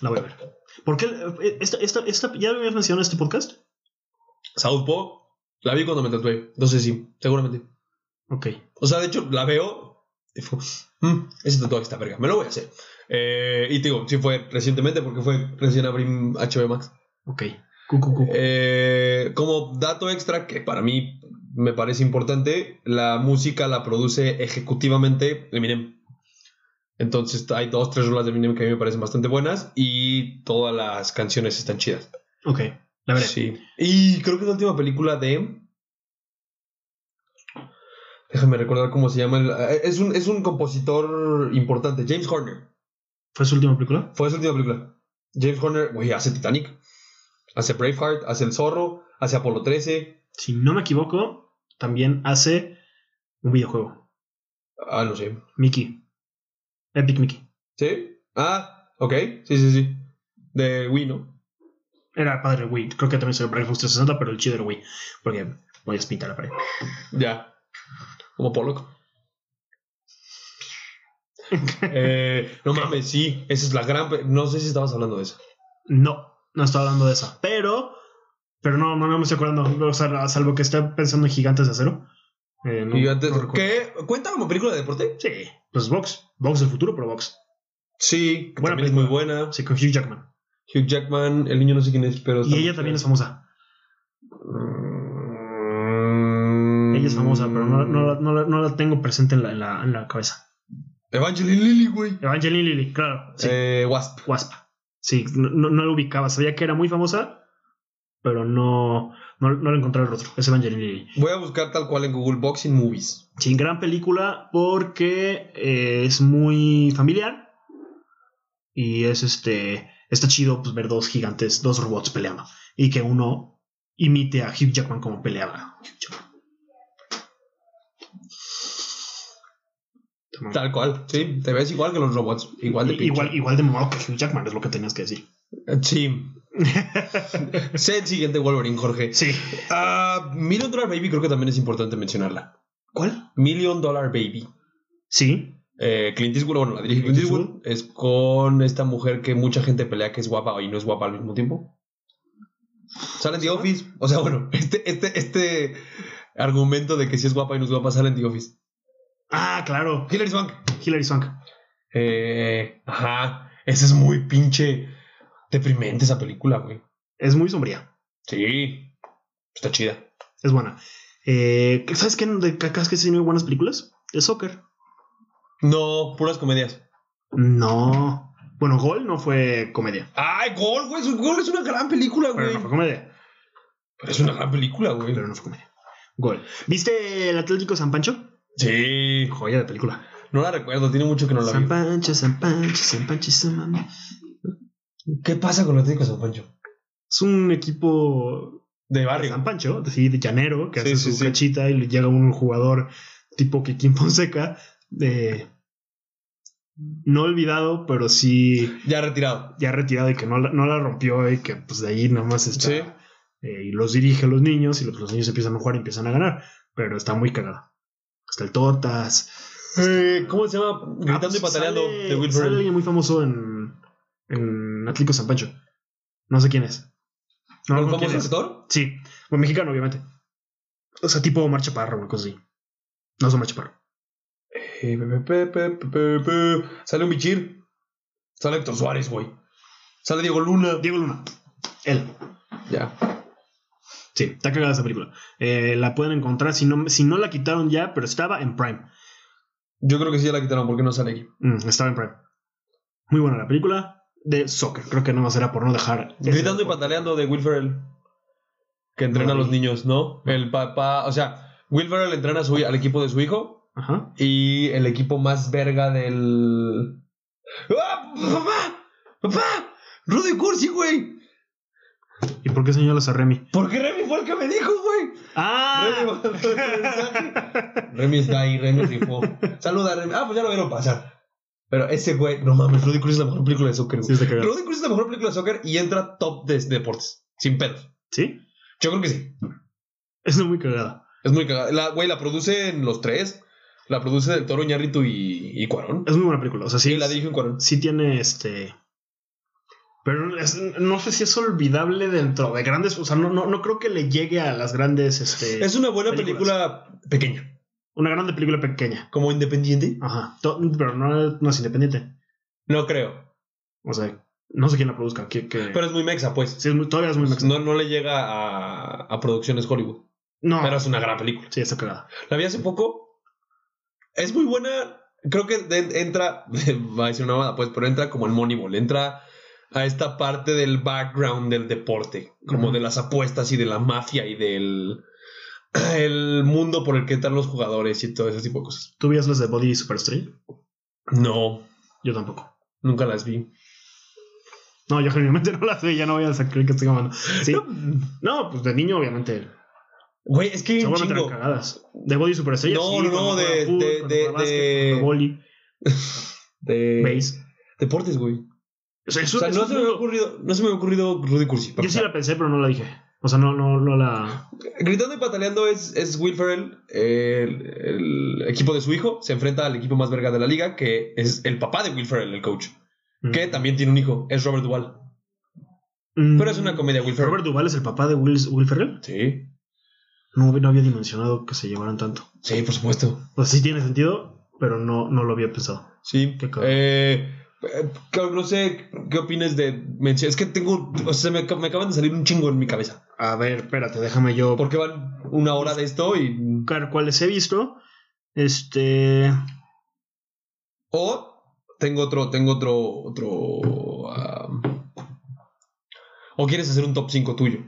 A: La voy a ver. ¿Por qué? eh, Esta, esta, esta- ¿Ya habías mencionado este podcast?
B: Southpaw la vi cuando me tatué. Entonces sí, seguramente.
A: Ok.
B: O sea, de hecho, la veo. y fue, "Mm, ese tatuaje está verga, me lo voy a hacer. Eh, y te digo, sí fue recientemente porque fue recién abrí HBO Max.
A: Ok. Cu, cu, cu.
B: Eh, como dato extra que para mí me parece importante, la música la produce ejecutivamente Eminem. Entonces hay dos, tres rolas de Eminem que a mí me parecen bastante buenas y todas las canciones están chidas.
A: Ok. La veré.
B: Sí. Y creo que es la última película de... Déjame recordar cómo se llama. el- eh, Es un, es un compositor importante, James Horner.
A: ¿Fue su última película?
B: Fue su última película. James Horner, güey, hace Titanic. Hace Braveheart, hace El Zorro, hace Apolo 13.
A: Si no me equivoco, también hace un videojuego.
B: Ah, no sé.
A: Mickey. Epic Mickey.
B: ¿Sí? Ah, ok. Sí, sí, sí. De Wii, ¿no?
A: Era el padre de Wii. Creo que también se lo para Xbox 360, pero el chido era Wii. Porque podías pintar la pared.
B: Ya. Como Pollock. Eh, no mames, sí. Esa es la gran. pe- No sé si estabas hablando de eso.
A: No, no estaba hablando de esa. Pero, pero no, no, no me estoy acordando. O sea, a salvo que esté pensando en gigantes de acero. Eh, no,
B: y yo antes.
A: no recuerdo.
B: ¿Qué? ¿Cuenta como película de deporte?
A: Sí, pues Vox. Vox del futuro, pero Vox.
B: Sí, que
A: Buena
B: también es muy buena.
A: Sí, con Hugh Jackman.
B: Hugh Jackman, el niño no sé quién es, pero.
A: Y ella también es famosa.
B: Mm.
A: Ella es famosa, pero no, no la- no la- no la tengo presente en la, en la- en la cabeza.
B: Evangeline Lilly, güey.
A: Evangeline Lilly, claro. Sí,
B: Eh, Wasp.
A: Wasp. Sí, no, no- no la ubicaba. Sabía que era muy famosa, pero no, no, no la encontré el rostro. Es Evangeline Lilly.
B: Voy a buscar tal cual en Google Boxing Movies.
A: Sin gran película porque eh, es muy familiar y es este está chido pues, ver dos gigantes, dos robots peleando y que uno imite a Hugh Jackman como peleaba. Hugh Jackman. Toma.
B: Tal cual, sí. Te ves igual que los robots. Igual de
A: I-
B: pinche.
A: igual, igual de mamado que Hugh Jackman es lo que tenías que decir.
B: Sí. sé el siguiente Wolverine, Jorge.
A: Sí.
B: Ah, Million Dollar Baby creo que también es importante mencionarla.
A: ¿Cuál?
B: Million Dollar Baby.
A: Sí.
B: Eh, Clint Eastwood, bueno, la dirige
A: Clint
B: Clint Eastwood. Es con esta mujer que mucha gente pelea que es guapa y no es guapa al mismo tiempo. Sale en The Office. O sea, bueno, este, este, este argumento de que si es guapa y no es guapa sale en The Office.
A: Ah, claro.
B: Hilary Swank.
A: Hilary Swank.
B: Eh, ajá. Esa es muy pinche deprimente esa película, güey.
A: Es muy sombría.
B: Sí. Está chida.
A: Es buena. Eh, ¿Sabes qué? De cacas que sí no hay buenas películas. Es soccer.
B: No, puras comedias.
A: No. Bueno, Gol no fue comedia.
B: ¡Ay, Gol, güey! Su- Gol es una gran película,
A: Pero
B: güey.
A: no fue comedia.
B: Pero es una gran película, güey.
A: Pero no fue comedia. Gol. ¿Viste el Atlético San Pancho?
B: Sí.
A: Joya de película.
B: No la recuerdo, tiene mucho que no la
A: San
B: vi.
A: Pancho, San Pancho, San Pancho, y San Mamá.
B: ¿Qué pasa con los Atlético de San Pancho?
A: Es un equipo
B: De
A: de San
B: barrio.
A: Pancho, de, sí, de llanero, que
B: Sí,
A: hace
B: sí,
A: su
B: sí.
A: cachita y le llega un jugador tipo Kikín Fonseca, de... no olvidado, pero sí
B: Ya retirado.
A: ya retirado y que no la, no la rompió y que pues de ahí nomás está...
B: Sí.
A: eh, y los dirige a los niños y los, los niños empiezan a jugar y empiezan a ganar. Pero está muy cagada. Hasta el Tortas.
B: Eh, ¿Cómo se llama? Gritando
A: Ah, pues,
B: y pataleando
A: sale-
B: de Will
A: sale
B: Ferrell.
A: alguien muy famoso en, en Atlético San Pancho. No sé quién es. No,
B: ¿El
A: no,
B: famoso
A: quién es.
B: actor?
A: Sí, un mexicano, obviamente. O sea, tipo Omar Chaparro, una cosa así. No es Omar Chaparro.
B: Eh, pe, pe, pe, pe, pe, pe. Sale un bichir. Sale Héctor Suárez, güey. Sale Diego Luna.
A: Diego Luna. Él.
B: Ya.
A: Sí, está cagada esa película. Eh, la pueden encontrar si no, si no la quitaron ya, pero estaba en Prime.
B: Yo creo que sí ya la quitaron porque no sale aquí.
A: Mm, estaba en Prime. Muy buena la película de soccer. Creo que nomás era por no dejar. ese
B: Gritando y
A: deporte.
B: pataleando de Will Ferrell. Que entrena a los niños, ¿no? El papá, o sea, Will Ferrell entrena a su hi- al equipo de su hijo
A: Ajá.
B: y el equipo más verga del. ¡Ah! ¡Papá! ¡Papá! ¡Rudy Cursi, güey!
A: ¿Y por qué señalas a Remy?
B: Porque Remy fue el que me dijo, güey. Remy
A: ¡Ah!
B: mandó el mensaje. Remy está ahí, Remy rifó. Saluda a Remy. Ah, pues ya lo vieron pasar. Pero ese güey, no mames, Rudy Cursi es la mejor película de soccer. güey.
A: Sí, está cagado.
B: Rudy Cursi es la mejor película de soccer y entra top de de deportes. Sin pedos.
A: ¿Sí?
B: Yo creo que sí.
A: Es muy cagada.
B: Es muy cagada. La, güey, la producen los tres. La produce del Toro, Ñarritu y, y Cuarón.
A: Es muy buena película. O sea, sí,
B: Sí, la
A: es-
B: dirigen Cuarón.
A: sí tiene este. Pero es- no sé si es olvidable dentro de grandes. O sea, no, no, no creo que le llegue a las grandes. Este,
B: Es una buena
A: películas.
B: película pequeña,
A: una grande película pequeña.
B: como independiente.
A: Ajá. To- pero no, no es independiente.
B: No creo,
A: O sea, no sé quién la produzca. Que, que-
B: pero es muy mexa, pues.
A: sí, es muy- todavía es muy mexicano.
B: No, no le llega a, a producciones Hollywood,
A: No.
B: pero es una gran película.
A: Sí, está cagada.
B: La vi hace poco. Es muy buena. Creo que de- entra, va a decir una mamada, pues, pero entra como el Moneyball, entra a esta parte del background del deporte, como
A: Ujú.
B: de las apuestas y de la mafia y del el mundo por el que entran los jugadores y todo ese tipo de cosas.
A: ¿Tú vías las de Body Superstring?
B: No,
A: Yo tampoco.
B: nunca las vi.
A: No, yo generalmente no las vi. Ya no voy a sacar que estoy mano. Sí. No, pues de niño, obviamente.
B: Güey, es que hay un
A: Seguramente
B: chingo.
A: eran cagadas. De Body Superestrella.
B: No,
A: sí,
B: no,
A: cuando
B: de-
A: jugaba fútbol,
B: de-
A: cuando
B: de-
A: jugaba básquet,
B: de-
A: cuando jugaba vóley,
B: de
A: base.
B: deportes, güey.
A: O sea, eso-
B: O sea,
A: eso
B: no
A: es
B: se me había
A: mundo-
B: ocurrido, no se me había ocurrido Rudy Cursi. para
A: Yo sí
B: empezar.
A: la pensé, pero no la dije. O sea, no, no, no la.
B: Gritando y pataleando es, es Will Ferrell, el, el equipo de su hijo, se enfrenta al equipo más verga de la liga, que es el papá de Will Ferrell, el coach, que también tiene un hijo, es Robert Duvall.
A: Mm.
B: Pero es una comedia Will Ferrell.
A: Robert Duval es el papá de Will, Will Ferrell.
B: Sí,
A: No, no había dimensionado que se llevaran tanto.
B: sí, por supuesto.
A: O sea, sí tiene sentido, pero no, no lo había pensado.
B: Sí.
A: Qué cabrón.
B: Eh, eh, cabrón, no sé qué opines de... mención- Es que tengo... O sea, me, ac- me acaban de salir un chingo en mi cabeza.
A: A ver, espérate, déjame yo
B: Porque van una hora de esto y...
A: buscar cuáles he visto. Este.
B: O tengo otro, tengo otro, otro. am, o quieres hacer un top 5 tuyo.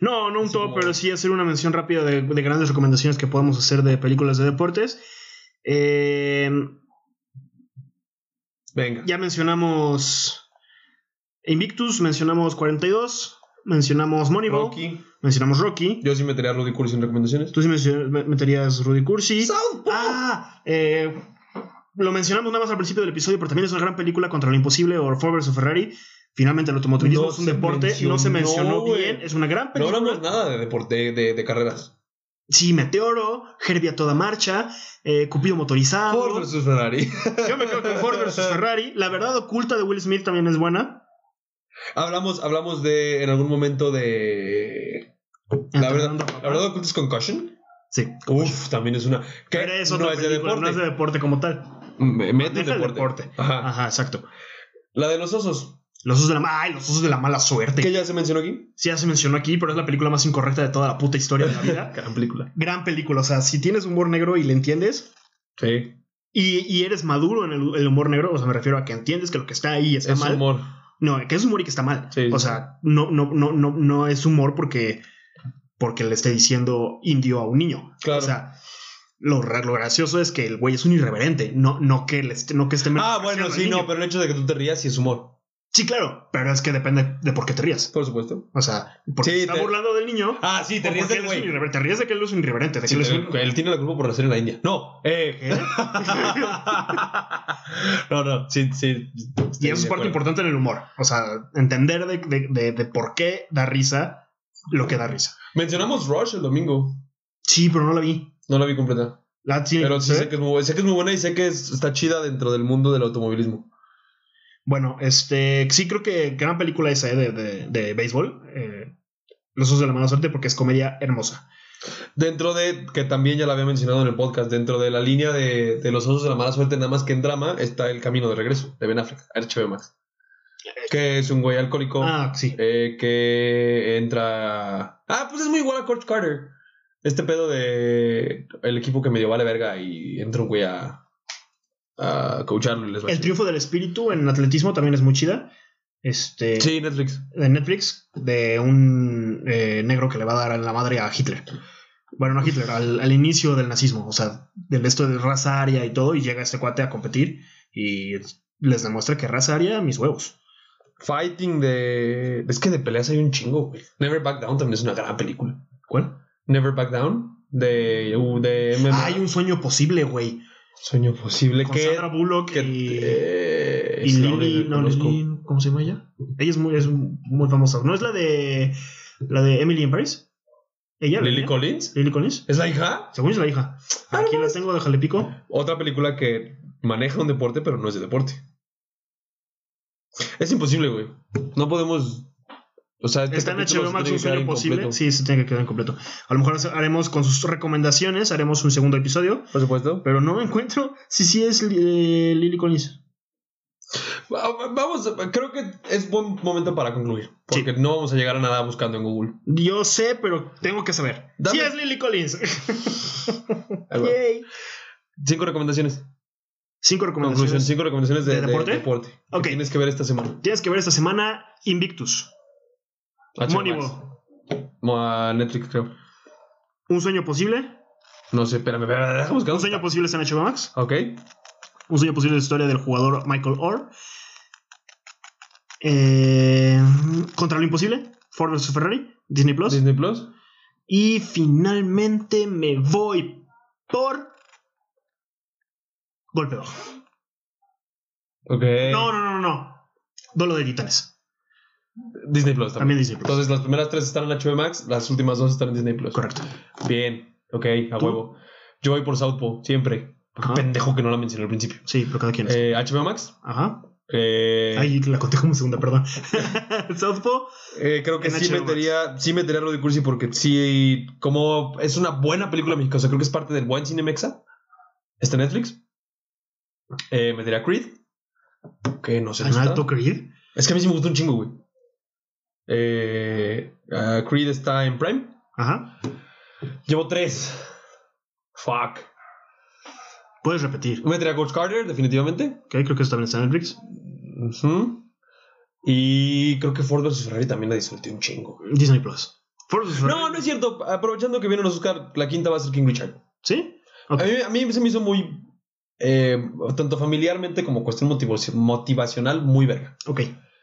A: No, no un
B: Así
A: top,
B: como-
A: pero sí hacer una mención rápida de, de grandes recomendaciones que podamos hacer de películas de deportes. Eh,
B: Venga.
A: ya mencionamos Invictus, mencionamos 42, mencionamos Moneyball,
B: Rocky.
A: mencionamos Rocky.
B: Yo sí metería a Rudy Curry sin recomendaciones.
A: Tú sí mencio- me- meterías Rudy Cursi.
B: Southpaw.
A: Ah, eh, lo mencionamos nada más al principio del episodio, pero también es una gran película contra lo imposible o Ford vs Ferrari. Finalmente el automovilismo
B: No
A: es un
B: se
A: deporte, no se mencionó
B: mencionó, güey.
A: bien, es una gran
B: Ah, No
A: película.
B: hablamos nada de deporte, de, de, de carreras.
A: Sí, Meteoro, Herbie a toda marcha, eh, Cupido motorizado.
B: Ford versus Ferrari.
A: Yo me quedo con Ford versus Ferrari. La verdad oculta de Will Smith también es buena.
B: hablamos, hablamos de. En algún momento de. La verdad,
A: Entrenando a
B: la
A: papá.
B: verdad, Ocultus Concussion.
A: Sí.
B: Uf, también es una. Que
A: Pero es
B: no,
A: otra
B: es de
A: película,
B: deporte. Mm,
A: no es de deporte como tal.
B: Me- Mete
A: Deja el
B: deporte.
A: deporte. Ah.
B: Ajá.
A: Ajá, exacto.
B: La de los osos.
A: Los usos de la mala. Ay, los usos de la mala suerte.
B: Que ya se mencionó aquí.
A: Sí, ya se mencionó aquí, pero es la película más incorrecta de toda la puta historia de la vida.
B: Gran película.
A: Gran película. O sea, si tienes humor negro y le entiendes.
B: Sí.
A: Y, y eres maduro en el, el humor negro, o sea, me refiero a que entiendes que lo que está ahí está
B: es
A: mal.
B: humor.
A: No, que es humor y que está mal.
B: Sí,
A: o
B: sí.
A: sea, no, no, no, no, no es humor porque, porque le esté diciendo indio a un niño.
B: Claro.
A: O sea, lo, ra- lo gracioso es que el güey es un irreverente, no, no que le esté, no que esté
B: Ah,
A: menospreciando
B: bueno,
A: al
B: sí,
A: niño.
B: no, pero el hecho de que tú te rías sí es humor.
A: Sí, claro, pero es que depende de por qué te rías.
B: Por supuesto.
A: O sea, porque
B: Sí,
A: está
B: te-
A: burlando del niño.
B: Ah, sí,
A: o porque él es un irreverente. Te ríes de que él es un irreverente, de que
B: Sí,
A: él es
B: te-
A: un-
B: él tiene la culpa por nacer en la India. No, eh.
A: ¿Qué?
B: no, no, sí, sí.
A: Y eso es parte importante en el humor. O sea, entender de, de- de- de por qué da risa lo que da risa.
B: Mencionamos Rush el domingo.
A: Sí, pero no la vi.
B: No la vi completa.
A: La tiene
B: Pero
A: que
B: sí
A: ver.
B: sé que es muy, bu- sé que es muy buena y sé que es- está chida dentro del mundo del automovilismo.
A: Bueno, este, sí creo que gran película esa eh, de, de, de béisbol. eh, Los usos de la mala suerte porque es comedia hermosa.
B: Dentro de, que también ya la había mencionado en el podcast, dentro de la línea de, de los osos de la mala suerte, nada más que en drama, está El Camino de Regreso de Ben Affleck, HBO Max. Que es un güey alcohólico.
A: Ah, sí.
B: Eh, que entra. Ah, pues es muy igual a Coach Carter. Este pedo de. El equipo que medio vale verga y entra un güey a. a coacharlo y les va
A: El
B: chido.
A: triunfo del espíritu en atletismo también es muy chida. Este,
B: Sí, Netflix.
A: de Netflix, de un eh, negro que le va a dar en la madre a Hitler. bueno, no a Hitler, al, al, inicio del nazismo, o sea, del esto de raza aria y todo, y llega este cuate a competir y les demuestra que raza aria, mis huevos.
B: Fighting de. Es que de peleas hay un chingo, güey. Never Back Down también es una gran película.
A: ¿Cuál?
B: Never Back Down de, uh, de
A: MMA. hay un sueño posible, güey.
B: Sueño posible
A: Con Sandra
B: que.
A: Bullock
B: que-
A: y,
B: eh,
A: y
B: es la
A: Lily-
B: única que
A: no,
B: conozco.
A: Lily- ¿Cómo se llama ella? Ella es muy, es muy famosa. ¿No es la de la de Emily in Paris? ¿Ella? la
B: Lily
A: niña?
B: Collins.
A: ¿Lily Collins?
B: ¿Es la hija?
A: Según es la hija. Aquí la tengo, déjale pico.
B: Otra película que maneja un deporte, pero no es de deporte. Es imposible, güey. No podemos. O sea, este
A: Está en
B: capítulo
A: HBO
B: se
A: Max
B: tiene
A: un
B: que quedar
A: sueño posible.
B: incompleto.
A: Sí, se tiene que quedar incompleto. A lo mejor haremos con sus recomendaciones, haremos un segundo episodio.
B: Por supuesto.
A: Pero no encuentro si sí es eh, Lily Collins.
B: Va- va- Vamos, creo que es buen momento para concluir. Porque no vamos a llegar a nada buscando en Google.
A: Yo sé, pero tengo que saber.
B: Dame-
A: Sí es Lily Collins.
B: Ahí va.
A: Yay.
B: Cinco recomendaciones.
A: Cinco
B: Conclusión,
A: recomendaciones.
B: cinco recomendaciones de,
A: ¿De
B: de-
A: deporte?
B: deporte. que
A: Ok.
B: Tienes que ver esta semana.
A: Tienes que ver esta semana Invictus.
B: HBO Max.
A: Moneyball.
B: Mo- a Netflix, creo.
A: Un sueño posible.
B: No sé, espérame, espérame, déjame buscar.
A: Un sueño posible está en HBO Max.
B: Ok.
A: Un sueño posible es la historia del jugador Michael Orr. Eh, Contra lo imposible. Ford vs Ferrari. Disney Plus.
B: Disney Plus.
A: Y finalmente me voy por. Golpe bajo.
B: Ok.
A: No, no, no, no, no. Dolo de titanes.
B: Disney Plus también.
A: También Disney Plus.
B: Entonces, las primeras tres están en HBO Max, las últimas dos están en Disney Plus.
A: Correcto.
B: Bien, ok, a
A: ¿Tú?
B: huevo. Yo voy por Southpaw, siempre.
A: Ajá.
B: Pendejo que no la mencioné al principio.
A: Sí, pero cada quien. es.
B: Eh, HBO Max.
A: Ajá.
B: eh,
A: Ahí la conté como segunda, perdón. Southpaw.
B: eh, creo que
A: en
B: sí
A: HBO Max.
B: metería, sí metería lo de Cursi porque sí, como es una buena película mexicana, o sea, creo que es parte del buen cine mexa. Está en Netflix. Eh, metería Creed. Que no sé.
A: En
B: no está.
A: alto Creed.
B: Es que a mí sí me gustó un chingo, güey. Eh, ah, Creed está en Prime.
A: Ajá.
B: Llevo tres. Fuck.
A: Puedes repetir.
B: Metería Coach Carter, definitivamente.
A: Ok, creo que eso también está en Netflix.
B: Ujú. Y creo que Ford vs Ferrari también la disfruté un chingo.
A: Disney Plus. Ford vs Ferrari.
B: No, no es cierto. Aprovechando que vienen los Oscar, la quinta va a ser King Richard.
A: ¿Sí? Ok.
B: A, mí, a mí se me hizo muy. eh, tanto familiarmente como cuestión motivaci- motivacional, muy verga.
A: Ok.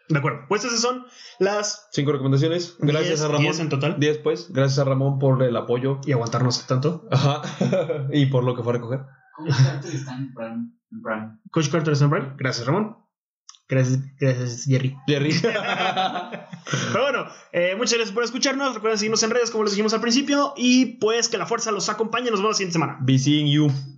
A: De acuerdo. Pues esas son las.
B: Cinco recomendaciones. Gracias
A: 10,
B: a Ramón.
A: 10 en total.
B: Diez, pues. Gracias a Ramón por el apoyo.
A: Y aguantarnos tanto.
B: Ajá. y por lo que fue a recoger.
C: ¿Cómo tanto están en Prime? En Prime.
A: Coach Carter está en Prime. Gracias, Ramón. Gracias, gracias, Jerry.
B: Jerry.
A: Pero bueno, eh, muchas gracias por escucharnos. Recuerden seguirnos en redes, como les dijimos al principio. Y pues que la fuerza los acompañe. Nos vemos la siguiente semana.
B: Be seeing you.